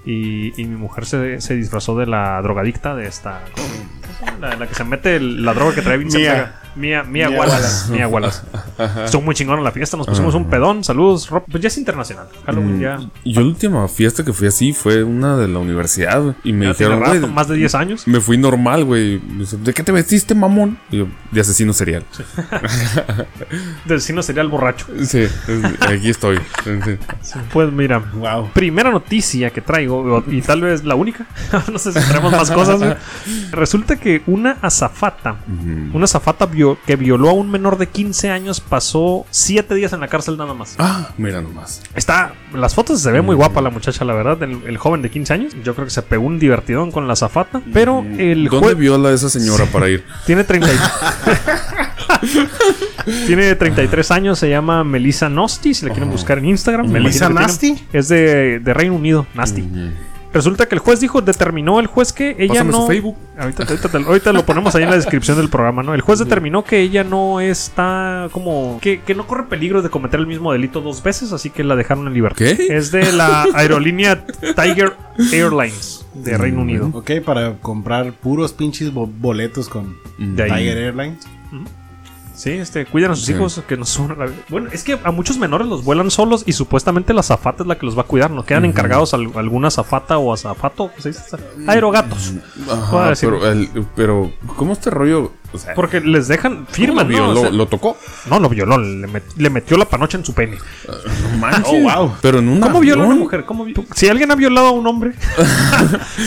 [SPEAKER 1] Y, y mi mujer se, se disfrazó de la drogadicta de esta. ¿cómo se llama? La, la que se mete el- la droga que trae Vincent
[SPEAKER 3] Mía.
[SPEAKER 1] Vega. Mía, Mía,
[SPEAKER 3] Mía
[SPEAKER 1] Wallace. Mía Wallace. Estuvo muy chingón la fiesta, nos pusimos un pedón. Saludos, Rob. Pues ya es internacional. Halloween
[SPEAKER 2] Mm,
[SPEAKER 1] pues ya.
[SPEAKER 2] Yo la última fiesta que fui así fue una de la universidad güey, y me
[SPEAKER 1] ya tiene
[SPEAKER 2] dijeron,
[SPEAKER 1] rato,
[SPEAKER 2] "Güey,
[SPEAKER 1] más de 10 años.
[SPEAKER 2] me fui normal, güey. Me dice, ¿De qué te vestiste, mamón? Y yo, de asesino serial.
[SPEAKER 1] Del cine sería el borracho.
[SPEAKER 2] Sí, es- aquí estoy. Sí.
[SPEAKER 1] Pues mira,
[SPEAKER 3] Wow.
[SPEAKER 1] Primera noticia que traigo, o- y tal vez la única, no sé si traemos más cosas. güey. Resulta que una azafata,
[SPEAKER 2] Ujú.
[SPEAKER 1] una azafata vio- que violó a un menor de 15 años pasó 7 días en la cárcel nada más.
[SPEAKER 2] Ah, mira nomás.
[SPEAKER 1] Está, las fotos se ve muy guapa la muchacha, la verdad, el, el joven de 15 años. Yo creo que se pegó un divertidón con la azafata, pero el
[SPEAKER 2] ¿Dónde
[SPEAKER 1] juez
[SPEAKER 2] viola a esa señora para ir?
[SPEAKER 1] tiene 30 y- Tiene 33 años, se llama Melissa Nosti, si la quieren buscar en Instagram. Me
[SPEAKER 3] ¿Melissa
[SPEAKER 1] imagino que tiene- Es de, de Reino Unido, Nasty. Resulta que el juez dijo, determinó el juez que ella
[SPEAKER 2] Mm, Pásame
[SPEAKER 1] no.
[SPEAKER 2] su Facebook.
[SPEAKER 1] Ahorita, ahorita te- ahorita lo ponemos ahí en la descripción del programa, ¿no? El juez determinó que ella no está como. Que, que no corre peligro de cometer el mismo delito dos veces, así que la dejaron en libertad.
[SPEAKER 2] ¿Qué?
[SPEAKER 1] Es de la aerolínea Tiger Airlines
[SPEAKER 2] Mm,
[SPEAKER 1] de Reino Unido.
[SPEAKER 3] Ok, para comprar puros pinches bo- boletos con
[SPEAKER 1] De ahí.
[SPEAKER 3] Tiger Airlines.
[SPEAKER 1] Sí, este, cuidan a sus
[SPEAKER 2] Sí.
[SPEAKER 1] hijos que no son. Bueno, es que a muchos menores los vuelan solos y supuestamente la azafata es la que los va a cuidar. Nos quedan encargados al- alguna azafata o azafato. ¿cómo se dice? Ah, Aerogatos. Puedo
[SPEAKER 2] Ajá,
[SPEAKER 1] decir.
[SPEAKER 2] pero, el- pero, ¿cómo este rollo? O sea,
[SPEAKER 1] Porque les dejan,
[SPEAKER 2] ¿cómo
[SPEAKER 1] firman,
[SPEAKER 2] lo,
[SPEAKER 1] ¿no?
[SPEAKER 2] vio?
[SPEAKER 1] O
[SPEAKER 2] ¿Lo-
[SPEAKER 1] sea,
[SPEAKER 2] lo tocó.
[SPEAKER 1] No, lo violó, le, met- le metió la panocha en su pene.
[SPEAKER 2] Oh,
[SPEAKER 3] wow.
[SPEAKER 2] Pero en una.
[SPEAKER 1] ¿Cómo viola a una mujer? ¿Cómo vi- si alguien ha violado a un hombre,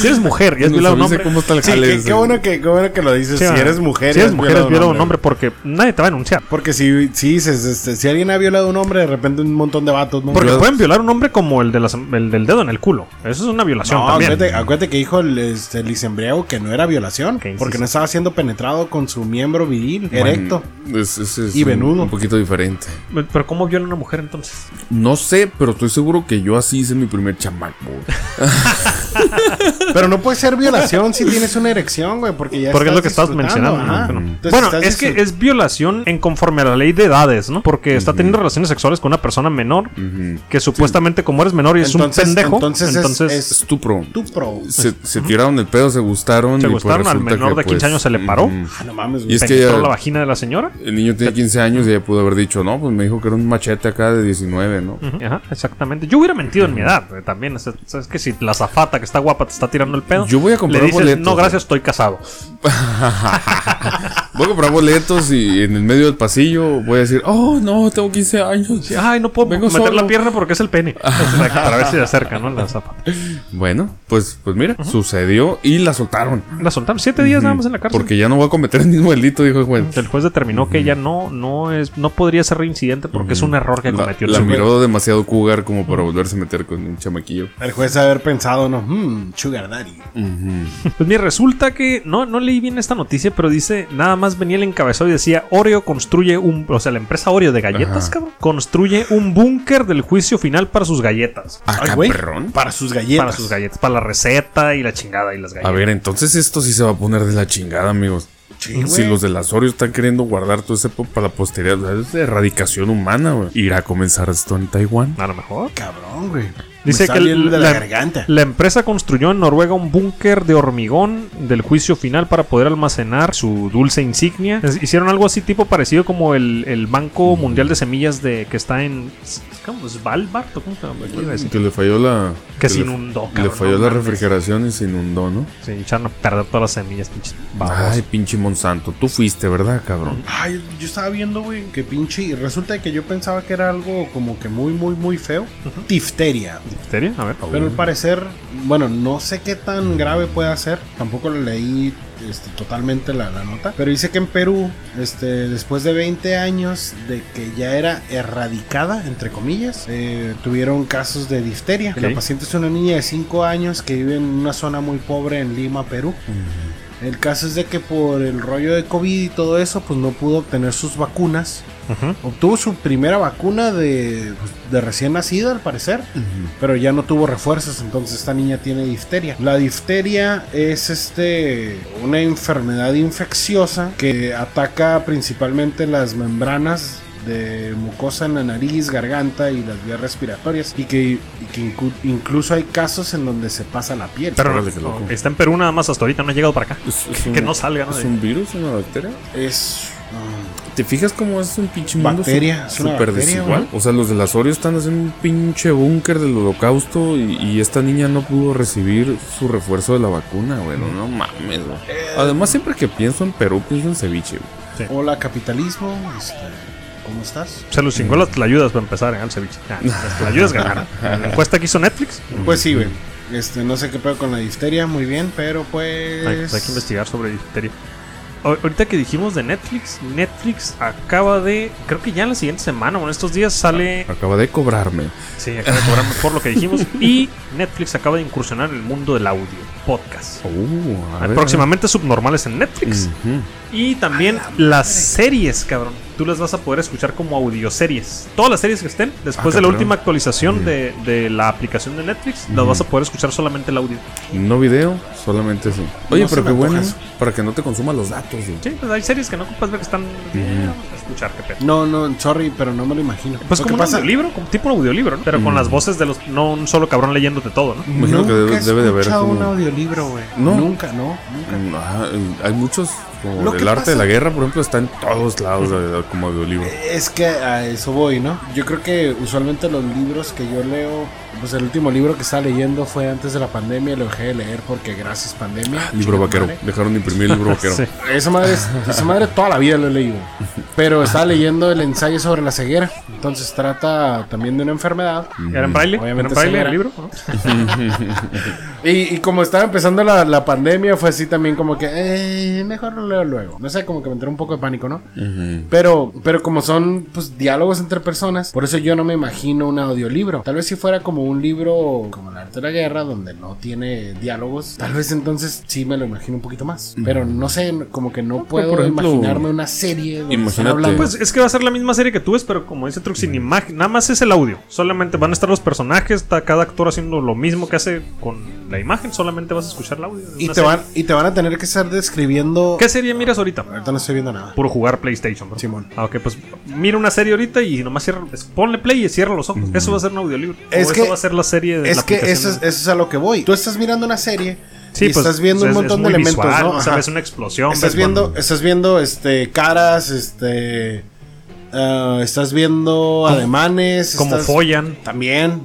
[SPEAKER 1] si eres mujer y has
[SPEAKER 2] No
[SPEAKER 1] violado a un
[SPEAKER 2] sé
[SPEAKER 1] hombre.
[SPEAKER 2] cómo está el
[SPEAKER 3] Sí,
[SPEAKER 2] jale
[SPEAKER 3] qué,
[SPEAKER 2] ese.
[SPEAKER 3] qué bueno que, qué bueno que lo dices.
[SPEAKER 1] Sí,
[SPEAKER 3] si
[SPEAKER 1] ah,
[SPEAKER 3] eres mujer,
[SPEAKER 1] si
[SPEAKER 3] y
[SPEAKER 1] eres mujer, has violado a un
[SPEAKER 3] hombre.
[SPEAKER 1] hombre porque nadie te va a denunciar.
[SPEAKER 3] Porque si, si dices, este, si alguien ha violado a un hombre, de repente un montón de vatos, ¿no?
[SPEAKER 1] Porque
[SPEAKER 2] Yo-
[SPEAKER 1] pueden violar a un hombre como el, de las- el del dedo en el culo. Eso es una violación
[SPEAKER 3] No,
[SPEAKER 1] también.
[SPEAKER 3] acuérdate, acuérdate que dijo el, este, lisembriago que no era violación,
[SPEAKER 1] Ok,
[SPEAKER 3] porque
[SPEAKER 1] sí,
[SPEAKER 3] no estaba siendo penetrado con su miembro viril, erecto.
[SPEAKER 2] Es- es- es
[SPEAKER 3] Y
[SPEAKER 2] un-
[SPEAKER 3] venudo.
[SPEAKER 2] Un poquito diferente.
[SPEAKER 1] Pero ¿cómo viola a una mujer entonces?
[SPEAKER 2] No sé, pero estoy seguro que yo así hice mi primer chamaco. güey.
[SPEAKER 3] Pero no puede ser violación si tienes una erección, güey, porque ya
[SPEAKER 1] Porque es lo que estás
[SPEAKER 3] disfrutando,
[SPEAKER 1] mencionando.
[SPEAKER 3] ajá.
[SPEAKER 1] ¿no? Pero-
[SPEAKER 3] Entonces,
[SPEAKER 1] bueno,
[SPEAKER 3] estás
[SPEAKER 1] es que
[SPEAKER 3] disfrut-
[SPEAKER 1] es violación en conforme a la ley de edades, ¿no? Porque está teniendo relaciones sexuales con una persona menor
[SPEAKER 2] Ujú.
[SPEAKER 1] que supuestamente como eres menor y es
[SPEAKER 3] Entonces-
[SPEAKER 1] un pendejo,
[SPEAKER 3] entonces
[SPEAKER 1] entonces,
[SPEAKER 3] es- es-
[SPEAKER 2] Estupro.
[SPEAKER 3] Tú pues, pro.
[SPEAKER 2] Se, se tiraron el pedo, se gustaron.
[SPEAKER 1] Se
[SPEAKER 2] y pues
[SPEAKER 1] gustaron, al
[SPEAKER 2] resulta
[SPEAKER 1] menor de 15 años se le paró.
[SPEAKER 2] ujú.
[SPEAKER 3] Ah, no mames,
[SPEAKER 2] Y
[SPEAKER 3] güey.
[SPEAKER 2] es que
[SPEAKER 1] penetró
[SPEAKER 2] ya-
[SPEAKER 1] la vagina de la señora.
[SPEAKER 2] El niño tiene 15 años y ella pudo haber dicho, no, pues me dijo que era un machete acá de 19, ¿no?
[SPEAKER 1] Ujú, Ajá, exactamente. Yo hubiera mentido en mi edad eh, también. o sea, Sabes que si la zafata que está guapa te está tirando el pedo,
[SPEAKER 2] Yo voy a comprar
[SPEAKER 1] le dices,
[SPEAKER 2] boletos,
[SPEAKER 1] No,
[SPEAKER 2] eh".
[SPEAKER 1] gracias, estoy casado.
[SPEAKER 2] Voy a comprar boletos y en el medio del pasillo voy a decir, oh, no, tengo 15 años.
[SPEAKER 1] Ay, no puedo
[SPEAKER 2] Vengo
[SPEAKER 1] meter
[SPEAKER 2] solo.
[SPEAKER 1] la pierna porque es el pene. Exacto, Para ver si se acerca, ¿no? La zafata.
[SPEAKER 2] Bueno, pues, pues mira, sucedió y la soltaron.
[SPEAKER 1] La soltaron siete días nada más en la cárcel.
[SPEAKER 2] Porque ya no voy a cometer el mismo delito, dijo el juez.
[SPEAKER 1] El juez determinó que ella no, no es, no podría ser reincidente porque es un error que
[SPEAKER 2] La,
[SPEAKER 1] cometió el
[SPEAKER 2] la
[SPEAKER 1] señor.
[SPEAKER 2] miró demasiado cougar como para volverse a meter con un chamaquillo.
[SPEAKER 3] El juez ha de haber pensado, no, hmm, sugar daddy.
[SPEAKER 1] Pues mira, resulta que no, no leí bien esta noticia, pero dice, nada más venía el encabezado y decía, Oreo construye un, o sea, la empresa Oreo de galletas,
[SPEAKER 2] Ajá.
[SPEAKER 1] cabrón, construye un búnker del juicio final para sus galletas.
[SPEAKER 2] Ah,
[SPEAKER 3] Ay, güey,
[SPEAKER 2] cabrón.
[SPEAKER 3] Para sus galletas.
[SPEAKER 1] Para sus galletas, para la receta y la chingada y las
[SPEAKER 2] A
[SPEAKER 1] galletas.
[SPEAKER 2] ver, entonces esto sí se va a poner de la chingada, amigos.
[SPEAKER 3] Sí,
[SPEAKER 2] si
[SPEAKER 3] güey.
[SPEAKER 2] los del Azorio están queriendo guardar todo ese po- para la posteridad, o sea, es de erradicación humana, güey. Irá a comenzar esto en Taiwán.
[SPEAKER 1] A lo mejor.
[SPEAKER 3] Cabrón, güey.
[SPEAKER 1] Dice
[SPEAKER 3] está
[SPEAKER 1] que
[SPEAKER 3] bien de
[SPEAKER 1] la,
[SPEAKER 3] la garganta.
[SPEAKER 1] la empresa construyó en Noruega un búnker de hormigón del juicio final para poder almacenar su dulce insignia. Es- Hicieron algo así tipo parecido como el, el Banco Mundial de Semillas de que está en S- ¿cómo? Svalbard. ¿o cómo se llama? ¿Qué iba a decir?
[SPEAKER 2] Pues, Que le falló la.
[SPEAKER 1] Que se
[SPEAKER 2] le-
[SPEAKER 1] inundó,
[SPEAKER 2] Le
[SPEAKER 1] cabrón,
[SPEAKER 2] falló
[SPEAKER 1] no
[SPEAKER 2] la
[SPEAKER 1] mames.
[SPEAKER 2] refrigeración y se inundó, ¿no?
[SPEAKER 1] Se echaron a perder todas las semillas, pinches babos.
[SPEAKER 2] Ay, pinche Monsanto. Tú fuiste, ¿verdad, cabrón?
[SPEAKER 3] Ay, yo estaba viendo, güey, que pinche. Y resulta que yo pensaba que era algo como que muy, muy, muy feo. Difteria.
[SPEAKER 1] ¿Difteria? A ver.
[SPEAKER 3] Pero al parecer, bueno, no sé qué tan grave puede ser. Tampoco le leí este, totalmente la, la nota. Pero dice que en Perú, este, después de 20 años de que ya era erradicada, entre comillas, eh, tuvieron casos de difteria.
[SPEAKER 1] Ok.
[SPEAKER 3] La paciente es una niña de 5 años que vive en una zona muy pobre en Lima, Perú. El caso es de que por el rollo de COVID y todo eso, pues no pudo obtener sus vacunas.
[SPEAKER 1] Ujú.
[SPEAKER 3] Obtuvo su primera vacuna de, pues, de recién nacida, al parecer, pero ya no tuvo refuerzos, entonces esta niña tiene difteria. La difteria es este una enfermedad infecciosa que ataca principalmente las membranas de mucosa en la nariz, garganta y las vías respiratorias y que, y que incu- incluso hay casos en donde se pasa la piel.
[SPEAKER 1] Pero
[SPEAKER 2] Órale, qué loco.
[SPEAKER 1] está en Perú nada más hasta ahorita, no ha llegado para acá.
[SPEAKER 2] Es- es
[SPEAKER 1] Que
[SPEAKER 2] un-
[SPEAKER 1] no salga, ¿no?
[SPEAKER 2] ¿Es un virus, una bacteria?
[SPEAKER 3] es um,
[SPEAKER 2] ¿Te fijas cómo es un pinche mundo
[SPEAKER 3] Bacteria,
[SPEAKER 2] su-
[SPEAKER 3] es una
[SPEAKER 2] súper
[SPEAKER 3] bacteria,
[SPEAKER 2] desigual? O sea, los del Azorio están haciendo un pinche búnker del holocausto y, y esta niña no pudo recibir su refuerzo de la vacuna, güey. No, no mames, güey. Además, siempre que pienso en Perú, pienso en ceviche, güey.
[SPEAKER 3] ah, hola capitalismo, este, ¿cómo estás?
[SPEAKER 1] Se los
[SPEAKER 3] Mm.
[SPEAKER 1] chingó las ayudas para empezar, ¿eh? El ceviche. Ah, las ayudas ganaron. La encuesta que hizo Netflix.
[SPEAKER 3] Pues sí, güey. Este, no sé qué pedo con la difteria, muy bien, pero pues.
[SPEAKER 1] Hay, hay que investigar sobre difteria. A- Ahorita que dijimos de Netflix, Netflix acaba de. Creo que ya en la siguiente semana o en estos días sale.
[SPEAKER 2] Acaba de cobrarme.
[SPEAKER 1] Sí, acaba de cobrarme por lo que dijimos. Y Netflix acaba de incursionar en el mundo del audio, podcast.
[SPEAKER 2] Uh, a ver, Mm.
[SPEAKER 1] Próximamente subnormales en Netflix.
[SPEAKER 2] Ujú.
[SPEAKER 1] Y también las series, cabrón. Tú las vas a poder escuchar como audioseries. Todas las series que estén, después
[SPEAKER 2] Ah,
[SPEAKER 1] de la
[SPEAKER 2] cabrón. Mm.
[SPEAKER 1] última actualización de, de la aplicación de Netflix, las vas a poder escuchar solamente el audio.
[SPEAKER 2] No video, solamente eso. Oye,
[SPEAKER 3] No se
[SPEAKER 2] pero
[SPEAKER 3] me
[SPEAKER 2] qué bueno.
[SPEAKER 3] antoja
[SPEAKER 2] Para que no te consuma los datos, güey.
[SPEAKER 1] Sí, pues hay series que no ocupas ver que están. eh, vamos a escuchar, qué pedo.
[SPEAKER 3] No, no, sorry, pero no me lo imagino.
[SPEAKER 1] Pues
[SPEAKER 3] Lo
[SPEAKER 1] como
[SPEAKER 3] que
[SPEAKER 1] un audiolibro, como tipo un audiolibro, ¿no?
[SPEAKER 3] Mm.
[SPEAKER 1] Pero con las voces de los. No un solo cabrón leyéndote todo, ¿no?
[SPEAKER 2] Imagino que debe-
[SPEAKER 3] Nunca he
[SPEAKER 2] debe de haber
[SPEAKER 3] escuchado
[SPEAKER 2] como-
[SPEAKER 3] un audiolibro, güey.
[SPEAKER 2] No.
[SPEAKER 3] Nunca, no.
[SPEAKER 2] Mm, ajá, hay muchos,
[SPEAKER 3] Lo
[SPEAKER 2] como
[SPEAKER 3] que
[SPEAKER 2] el arte
[SPEAKER 3] pasa-
[SPEAKER 2] de la guerra, por ejemplo, está en todos lados, eh, como de libro.
[SPEAKER 3] Es que a eso voy, ¿no? Yo creo que usualmente los libros que yo leo, pues el último libro que estaba leyendo fue antes de la pandemia, lo dejé de leer porque gracias pandemia.
[SPEAKER 2] Ah, Libro
[SPEAKER 3] Chinga
[SPEAKER 2] vaquero.
[SPEAKER 3] madre.
[SPEAKER 2] Dejaron de imprimir el libro vaquero.
[SPEAKER 1] Sí.
[SPEAKER 3] Esa madre, es- esa madre toda la vida lo he leído. Pero estaba leyendo el ensayo sobre la ceguera. Entonces trata también de una enfermedad.
[SPEAKER 1] ¿Era en braille? ¿Era en
[SPEAKER 3] Obviamente
[SPEAKER 1] braille
[SPEAKER 3] sí,
[SPEAKER 1] el
[SPEAKER 3] era.
[SPEAKER 1] libro? ¿no?
[SPEAKER 3] Y, y como estaba empezando la, la pandemia, fue así también como que, eh, mejor lo leo luego. No sé, como que me entró un poco de pánico, ¿no? Pero, pero como son, pues, diálogos entre personas, por eso yo no me imagino un audiolibro. Tal vez si fuera como un libro como el arte de la guerra, donde no tiene diálogos, tal vez entonces sí me lo imagino un poquito más. Pero no sé, como que no puedo
[SPEAKER 2] Mm. por ejemplo,
[SPEAKER 3] imaginarme una serie donde están
[SPEAKER 2] imagínate.
[SPEAKER 3] hablando.
[SPEAKER 1] Pues es que va a ser la misma serie que tú ves, pero como dice Trux, sin
[SPEAKER 3] Mm.
[SPEAKER 1] imagen. Nada más es el audio. Solamente van a estar los personajes, está cada actor haciendo lo mismo que hace con la imagen. Solamente vas a escuchar el audio. de
[SPEAKER 3] y,
[SPEAKER 1] una
[SPEAKER 3] te
[SPEAKER 1] serie.
[SPEAKER 3] van, y te van a tener que estar describiendo...
[SPEAKER 1] ¿Qué serie miras ahorita?
[SPEAKER 3] Ahorita no estoy viendo nada.
[SPEAKER 1] Puro jugar PlayStation, ¿no?
[SPEAKER 3] Simón.
[SPEAKER 1] Ah, ok, pues mira una serie ahorita y nomás cierra, es- ponle play y cierra los ojos. Eso va a ser un audiolibro.
[SPEAKER 3] Es
[SPEAKER 1] o
[SPEAKER 3] que-
[SPEAKER 1] eso va a ser la serie de la
[SPEAKER 3] Es que eso
[SPEAKER 1] aplicación
[SPEAKER 3] es, eso es a lo que voy. Tú estás mirando una serie
[SPEAKER 1] Sí,
[SPEAKER 3] y
[SPEAKER 1] pues,
[SPEAKER 3] estás
[SPEAKER 1] es-
[SPEAKER 3] viendo un
[SPEAKER 1] es
[SPEAKER 3] montón de
[SPEAKER 1] muy
[SPEAKER 3] elementos,
[SPEAKER 1] visual,
[SPEAKER 3] ¿no?
[SPEAKER 1] o sea,
[SPEAKER 3] Ajá.
[SPEAKER 1] ves una explosión.
[SPEAKER 3] estás
[SPEAKER 1] ves,
[SPEAKER 3] viendo,
[SPEAKER 1] bueno,
[SPEAKER 3] estás viendo este caras, este ah, estás viendo ademanes,
[SPEAKER 1] cómo
[SPEAKER 3] estás-
[SPEAKER 1] follan.
[SPEAKER 3] también,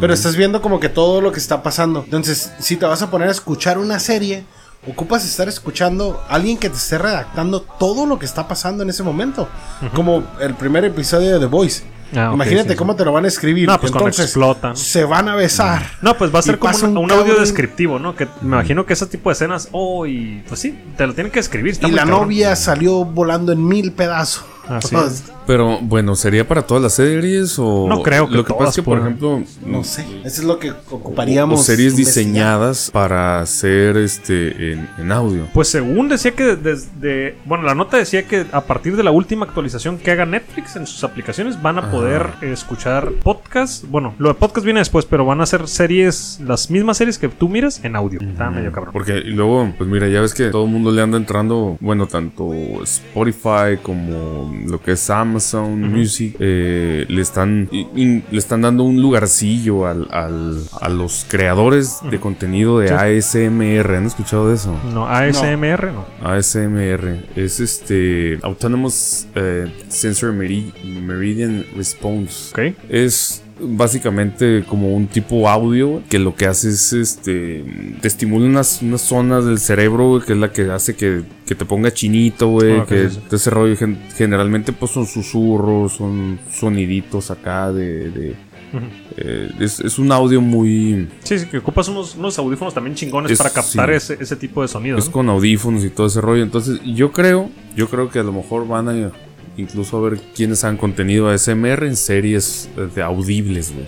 [SPEAKER 3] pero estás viendo como que todo lo que está pasando. Entonces, si te vas a poner a escuchar una serie, ocupas estar escuchando a alguien que te esté redactando todo lo que está pasando en ese momento, como el primer episodio de The Voice.
[SPEAKER 1] Ah, ok,
[SPEAKER 3] Imagínate
[SPEAKER 1] sí, sí.
[SPEAKER 3] cómo te lo van a escribir.
[SPEAKER 1] No, pues, cuando explotan.
[SPEAKER 3] se van a besar.
[SPEAKER 1] No, pues va a
[SPEAKER 3] Y
[SPEAKER 1] ser como
[SPEAKER 3] pasa
[SPEAKER 1] un, un
[SPEAKER 3] cabrón
[SPEAKER 1] audio descriptivo, ¿no? Que me imagino que ese tipo de escenas, oh, y pues sí, te lo tienen que escribir. está
[SPEAKER 3] Y
[SPEAKER 1] muy
[SPEAKER 3] la
[SPEAKER 1] cabrón.
[SPEAKER 3] novia salió volando en mil pedazos.
[SPEAKER 1] Así es.
[SPEAKER 2] Pero bueno, ¿sería para todas las series o.?
[SPEAKER 1] No creo que
[SPEAKER 2] Lo que pasa
[SPEAKER 1] todas
[SPEAKER 2] es que, por
[SPEAKER 1] puedan.
[SPEAKER 2] ejemplo.
[SPEAKER 3] No sé. Eso es lo que
[SPEAKER 2] O
[SPEAKER 3] ocuparíamos.
[SPEAKER 2] series
[SPEAKER 3] investigar.
[SPEAKER 2] diseñadas para ser este en, en audio.
[SPEAKER 1] Pues según decía que desde. Bueno, la nota decía que a partir de la última actualización que haga Netflix en sus aplicaciones van a
[SPEAKER 3] Ah.
[SPEAKER 1] poder eh, escuchar podcast. Bueno, lo de podcast viene después, pero van a ser series, las mismas series que tú miras en audio. Está
[SPEAKER 3] Mm.
[SPEAKER 1] medio cabrón.
[SPEAKER 2] Porque y luego, pues mira, ya ves que todo el mundo le anda entrando, bueno, tanto Spotify como en lo que es Amazon Music, eh, le, están, y- y le están dando un lugarcillo al- al- a los creadores de contenido de
[SPEAKER 1] Sí.
[SPEAKER 2] ASMR. ¿Han escuchado de eso?
[SPEAKER 1] No, ASMR no.
[SPEAKER 2] ASMR es este Autonomous eh, Sensor Meri- Meridian Response.
[SPEAKER 1] Ok.
[SPEAKER 2] Es básicamente como un tipo audio que lo que hace es este te estimula unas, unas zonas del cerebro güey, que es la que hace que, que te ponga chinito güey
[SPEAKER 1] Ah, ok,
[SPEAKER 2] que
[SPEAKER 1] sí, sí.
[SPEAKER 2] te ese rollo gen- generalmente pues son susurros son soniditos acá de, de,
[SPEAKER 1] Ujú.
[SPEAKER 2] eh, es, es un audio muy
[SPEAKER 1] Sí, sí, que ocupas unos, unos audífonos también chingones
[SPEAKER 2] Es-
[SPEAKER 1] para captar
[SPEAKER 2] sí.
[SPEAKER 1] ese, ese tipo de sonido.
[SPEAKER 2] Es
[SPEAKER 1] ¿no?
[SPEAKER 2] con audífonos y todo ese rollo. Entonces, yo creo, yo creo que a lo mejor van a incluso a ver quiénes han contenido ASMR en series eh, de audibles, güey.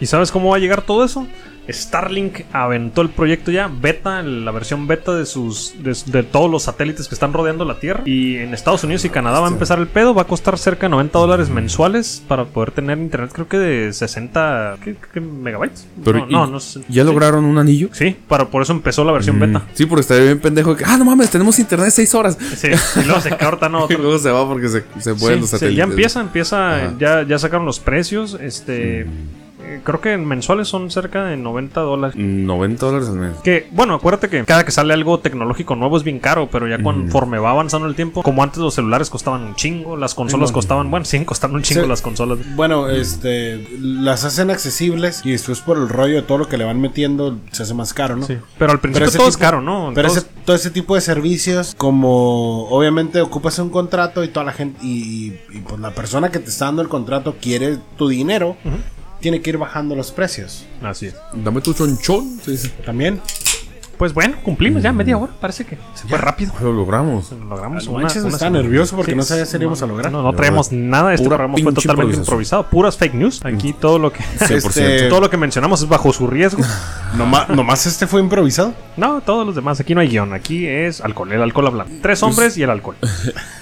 [SPEAKER 1] ¿Y sabes cómo va a llegar todo eso? Starlink aventó el proyecto ya, beta, la versión beta de sus de, de todos los satélites que están rodeando la Tierra. Y en Estados Unidos y Canadá va a empezar el pedo, va a costar cerca de 90 dólares mensuales para poder tener internet, creo que de 60 ¿qué- qué megabytes.
[SPEAKER 2] Pero,
[SPEAKER 1] no,
[SPEAKER 2] ¿y-
[SPEAKER 1] no, no sé.
[SPEAKER 2] ¿Ya
[SPEAKER 1] Sí.
[SPEAKER 2] lograron un anillo?
[SPEAKER 1] Sí, para, por eso empezó la versión beta.
[SPEAKER 2] Mm. Sí, porque estaría bien pendejo que, ah, no mames, tenemos internet 6 horas.
[SPEAKER 1] Sí, y luego se cortan
[SPEAKER 2] Y
[SPEAKER 1] otro.
[SPEAKER 2] luego se va porque se, se mueven
[SPEAKER 1] Sí,
[SPEAKER 2] los
[SPEAKER 1] sí,
[SPEAKER 2] satélites.
[SPEAKER 1] ya empieza, empieza,
[SPEAKER 2] Ajá.
[SPEAKER 1] ya, ya sacaron los precios, este, eh, creo que en mensuales son cerca de 90 dólares.
[SPEAKER 2] 90 dólares al mes.
[SPEAKER 1] Que, bueno, acuérdate que cada que sale algo tecnológico nuevo es bien caro, pero ya conforme va avanzando el tiempo, como antes los celulares costaban un chingo, las consolas costaban, bueno, siguen costando un chingo
[SPEAKER 3] Sí.
[SPEAKER 1] las consolas.
[SPEAKER 3] Bueno, este, las hacen accesibles y después por el rollo de todo lo que le van metiendo se hace más caro, ¿no?
[SPEAKER 1] Sí. Pero al principio
[SPEAKER 3] ese
[SPEAKER 1] todo es
[SPEAKER 3] tipo-
[SPEAKER 1] caro, ¿no?
[SPEAKER 3] Pero
[SPEAKER 1] Entonces-
[SPEAKER 3] ese- todo ese tipo de servicios, como obviamente ocupas un contrato y toda la gente, y, y, y, pues la persona que te está dando el contrato quiere tu dinero, tiene que ir bajando los precios.
[SPEAKER 1] Así es.
[SPEAKER 2] Dame tu chonchón. se dice.
[SPEAKER 3] También.
[SPEAKER 1] Pues bueno, cumplimos
[SPEAKER 3] Mm.
[SPEAKER 1] ya media hora, parece que se fue rápido.
[SPEAKER 2] Lo logramos.
[SPEAKER 1] Logramos
[SPEAKER 3] No
[SPEAKER 1] una,
[SPEAKER 3] manches,
[SPEAKER 1] una
[SPEAKER 3] estaba
[SPEAKER 1] semana.
[SPEAKER 3] nervioso porque
[SPEAKER 1] Sí,
[SPEAKER 3] no sabía si lo íbamos a lograr.
[SPEAKER 1] No, no traemos nada. Este
[SPEAKER 2] Pura
[SPEAKER 1] programa fue
[SPEAKER 2] pinche
[SPEAKER 1] totalmente
[SPEAKER 2] improvisación.
[SPEAKER 1] improvisado. Puras fake news. Aquí todo lo que.
[SPEAKER 2] 100%.
[SPEAKER 3] Este,
[SPEAKER 1] Todo lo que mencionamos es bajo su riesgo.
[SPEAKER 3] Nomás, nomás este fue improvisado.
[SPEAKER 1] No, todos los demás. Aquí no hay guión. Aquí es alcohol. El alcohol hablando.
[SPEAKER 3] Pues
[SPEAKER 1] Tres hombres y el alcohol.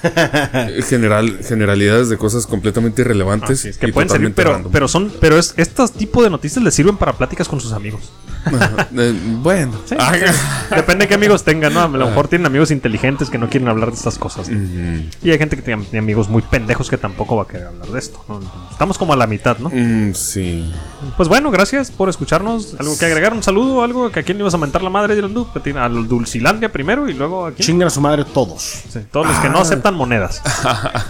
[SPEAKER 1] Ah.
[SPEAKER 2] Eh, General, generalidades de cosas completamente irrelevantes.
[SPEAKER 1] Así Ah, es que
[SPEAKER 2] y
[SPEAKER 1] pueden servir,
[SPEAKER 2] totalmente
[SPEAKER 1] pero,
[SPEAKER 2] random.
[SPEAKER 1] pero son. Pero es, estos tipos de noticias les sirven para pláticas con sus amigos.
[SPEAKER 2] Ajá. Eh, bueno.
[SPEAKER 1] Sí.
[SPEAKER 2] Ajá.
[SPEAKER 1] Depende de qué amigos tengan, ¿no? A lo mejor tienen amigos inteligentes que no quieren hablar de estas cosas. ¿no?
[SPEAKER 2] Ah. Mm.
[SPEAKER 1] Y hay gente que tiene tiene amigos muy pendejos que tampoco va a querer hablar de esto. ¿no? Estamos como a la mitad, ¿no?
[SPEAKER 2] Mm, sí.
[SPEAKER 1] Pues bueno, gracias por escucharnos. ¿Algo que agregar? ¿Un saludo? ¿Algo que a quién le ibas a mentar la madre de Landú? A los Dulcilandia primero y luego a quién?
[SPEAKER 3] Chingan a su madre todos.
[SPEAKER 1] Sí, Todos los que
[SPEAKER 2] Ah.
[SPEAKER 1] no aceptan monedas.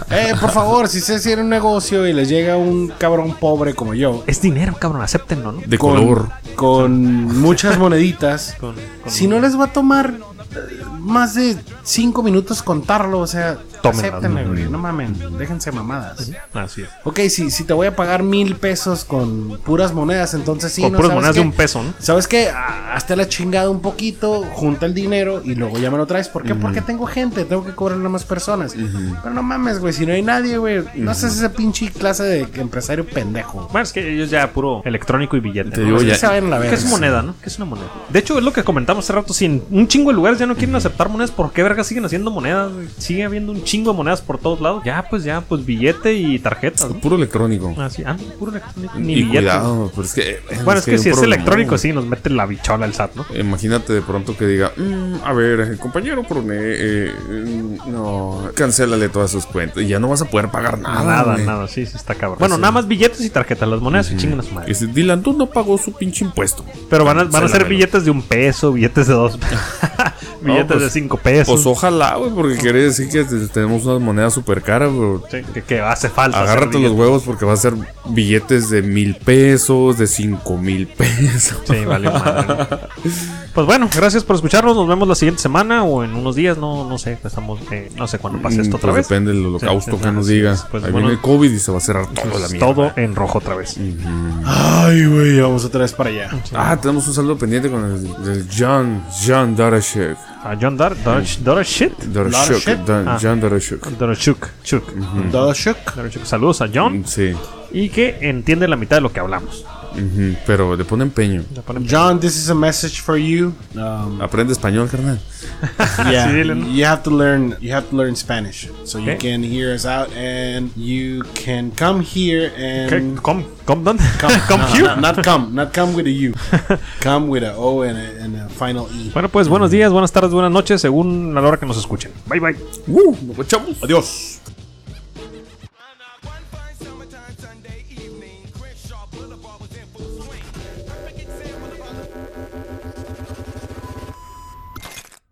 [SPEAKER 3] Eh, por favor, si se cierra un negocio y les llega un cabrón pobre como yo,
[SPEAKER 1] Es dinero, cabrón, acéptenlo, ¿no?
[SPEAKER 2] De
[SPEAKER 3] con,
[SPEAKER 2] color.
[SPEAKER 3] con muchas moneditas,
[SPEAKER 1] Con- con-
[SPEAKER 3] si no les va a tomar eh, más de cinco minutos contarlo, o sea,
[SPEAKER 1] Tómenlas,
[SPEAKER 3] acéptenme,
[SPEAKER 1] ¿no?
[SPEAKER 3] güey, no mamen, déjense mamadas.
[SPEAKER 1] Así es.
[SPEAKER 3] Ok, si, si te voy a pagar mil pesos con puras monedas, entonces sí,
[SPEAKER 1] con
[SPEAKER 3] ¿no?
[SPEAKER 1] puras
[SPEAKER 3] ¿Sabes
[SPEAKER 1] monedas de
[SPEAKER 3] qué?
[SPEAKER 1] un peso, ¿no?
[SPEAKER 3] ¿Sabes qué? Ah, Hazte la chingada un poquito, junta el dinero y luego ya me lo traes. ¿Por qué? Porque tengo gente, tengo que cobrar a más personas. Pero no mames, güey, si no hay nadie, güey, no seas esa pinche clase de empresario pendejo.
[SPEAKER 1] Bueno, es que ellos ya puro electrónico y billete.
[SPEAKER 2] Te
[SPEAKER 1] ¿no?
[SPEAKER 2] digo
[SPEAKER 1] Es-
[SPEAKER 2] ya-
[SPEAKER 3] Sí se vayan a la
[SPEAKER 1] ¿Qué
[SPEAKER 3] verga.
[SPEAKER 1] es moneda, no? ¿Qué es una moneda? De hecho, es lo que comentamos hace rato. Si en un chingo de lugares ya no quieren aceptar monedas, ¿por qué verga siguen haciendo monedas? güey? Sigue habiendo un chingo de monedas por todos lados. Ya, pues ya, pues billete y tarjetas, ¿no?
[SPEAKER 2] Puro electrónico.
[SPEAKER 1] Así, ah, puro electrónico. Ni
[SPEAKER 2] y
[SPEAKER 1] billete.
[SPEAKER 2] cuidado, pero es que. eh,
[SPEAKER 1] Bueno, es que
[SPEAKER 2] hay un
[SPEAKER 1] si es
[SPEAKER 2] problema,
[SPEAKER 1] electrónico,
[SPEAKER 2] güey.
[SPEAKER 1] sí, nos mete la bichola el SAT, ¿no?
[SPEAKER 2] Imagínate de pronto que diga, "Mm, a ver, el compañero Prune, eh, eh, no, cancélale todas sus cuentas y ya no vas a poder pagar nada.
[SPEAKER 1] Nada,
[SPEAKER 2] Ah, güey".
[SPEAKER 1] nada, sí, sí está cabrón. Bueno, nada más billetes y tarjetas, las monedas y chingan a su madre.
[SPEAKER 2] Ese Dylan, tú no pagó su pinche impuesto.
[SPEAKER 1] Pero van a, van a ser
[SPEAKER 2] Cancélamelo.
[SPEAKER 1] billetes de un peso, billetes de dos, billetes
[SPEAKER 2] pues,
[SPEAKER 1] de cinco pesos.
[SPEAKER 2] Pues ojalá, güey, porque quiere decir que te- tenemos una moneda súper cara, pero
[SPEAKER 1] Sí, que, que hace falta. hacer
[SPEAKER 2] agárrate los
[SPEAKER 1] billetes.
[SPEAKER 2] huevos porque va a ser billetes de mil pesos, de cinco mil pesos.
[SPEAKER 1] Sí, vale, madre, ¿no? Pues bueno, gracias por escucharnos. Nos vemos la siguiente semana o en unos días, no, no sé. Estamos, eh, no sé cuándo pase
[SPEAKER 2] Mm,
[SPEAKER 1] esto otra
[SPEAKER 2] pues
[SPEAKER 1] vez.
[SPEAKER 2] depende del holocausto
[SPEAKER 1] Sí, sí,
[SPEAKER 2] que nos
[SPEAKER 1] así
[SPEAKER 2] diga.
[SPEAKER 1] es. Pues
[SPEAKER 2] Ahí
[SPEAKER 1] bueno,
[SPEAKER 2] viene el COVID y se va a cerrar todo la
[SPEAKER 1] Pues
[SPEAKER 2] mierda.
[SPEAKER 1] todo en rojo otra vez.
[SPEAKER 3] Ay, güey, vamos otra vez para allá.
[SPEAKER 2] Ah, tenemos un saludo pendiente con el, del John, John Darashek.
[SPEAKER 1] A John Dar, Dar, Darashit.
[SPEAKER 2] Darashek,
[SPEAKER 3] Darashek?
[SPEAKER 2] Dan-
[SPEAKER 1] Ah.
[SPEAKER 2] John Darashek.
[SPEAKER 1] Darashuk, Chuk.
[SPEAKER 3] Todo shock.
[SPEAKER 1] Darashuk. Saludos a John
[SPEAKER 2] Sí,
[SPEAKER 1] y que entiende la mitad de lo que hablamos.
[SPEAKER 2] ujú, pero le pone empeño.
[SPEAKER 3] John, this is a message for you. Um,
[SPEAKER 2] Aprende español, carnal.
[SPEAKER 3] yeah,
[SPEAKER 1] Ah, Sí, dile, ¿no?
[SPEAKER 3] you have to learn. You have to learn Spanish so you
[SPEAKER 1] Ok.
[SPEAKER 3] can hear us out and you can come here and
[SPEAKER 1] ¿Qué? ¿Com? ¿Com dónde? ¿Com
[SPEAKER 3] No,
[SPEAKER 1] Hugh?
[SPEAKER 3] no, not come, not come with a U. come with a O and a, and a final E.
[SPEAKER 1] Bueno, pues buenos días, buenas tardes, buenas noches, según la hora que nos escuchen. Bye bye.
[SPEAKER 2] Uh, nos echamos.
[SPEAKER 3] Adiós.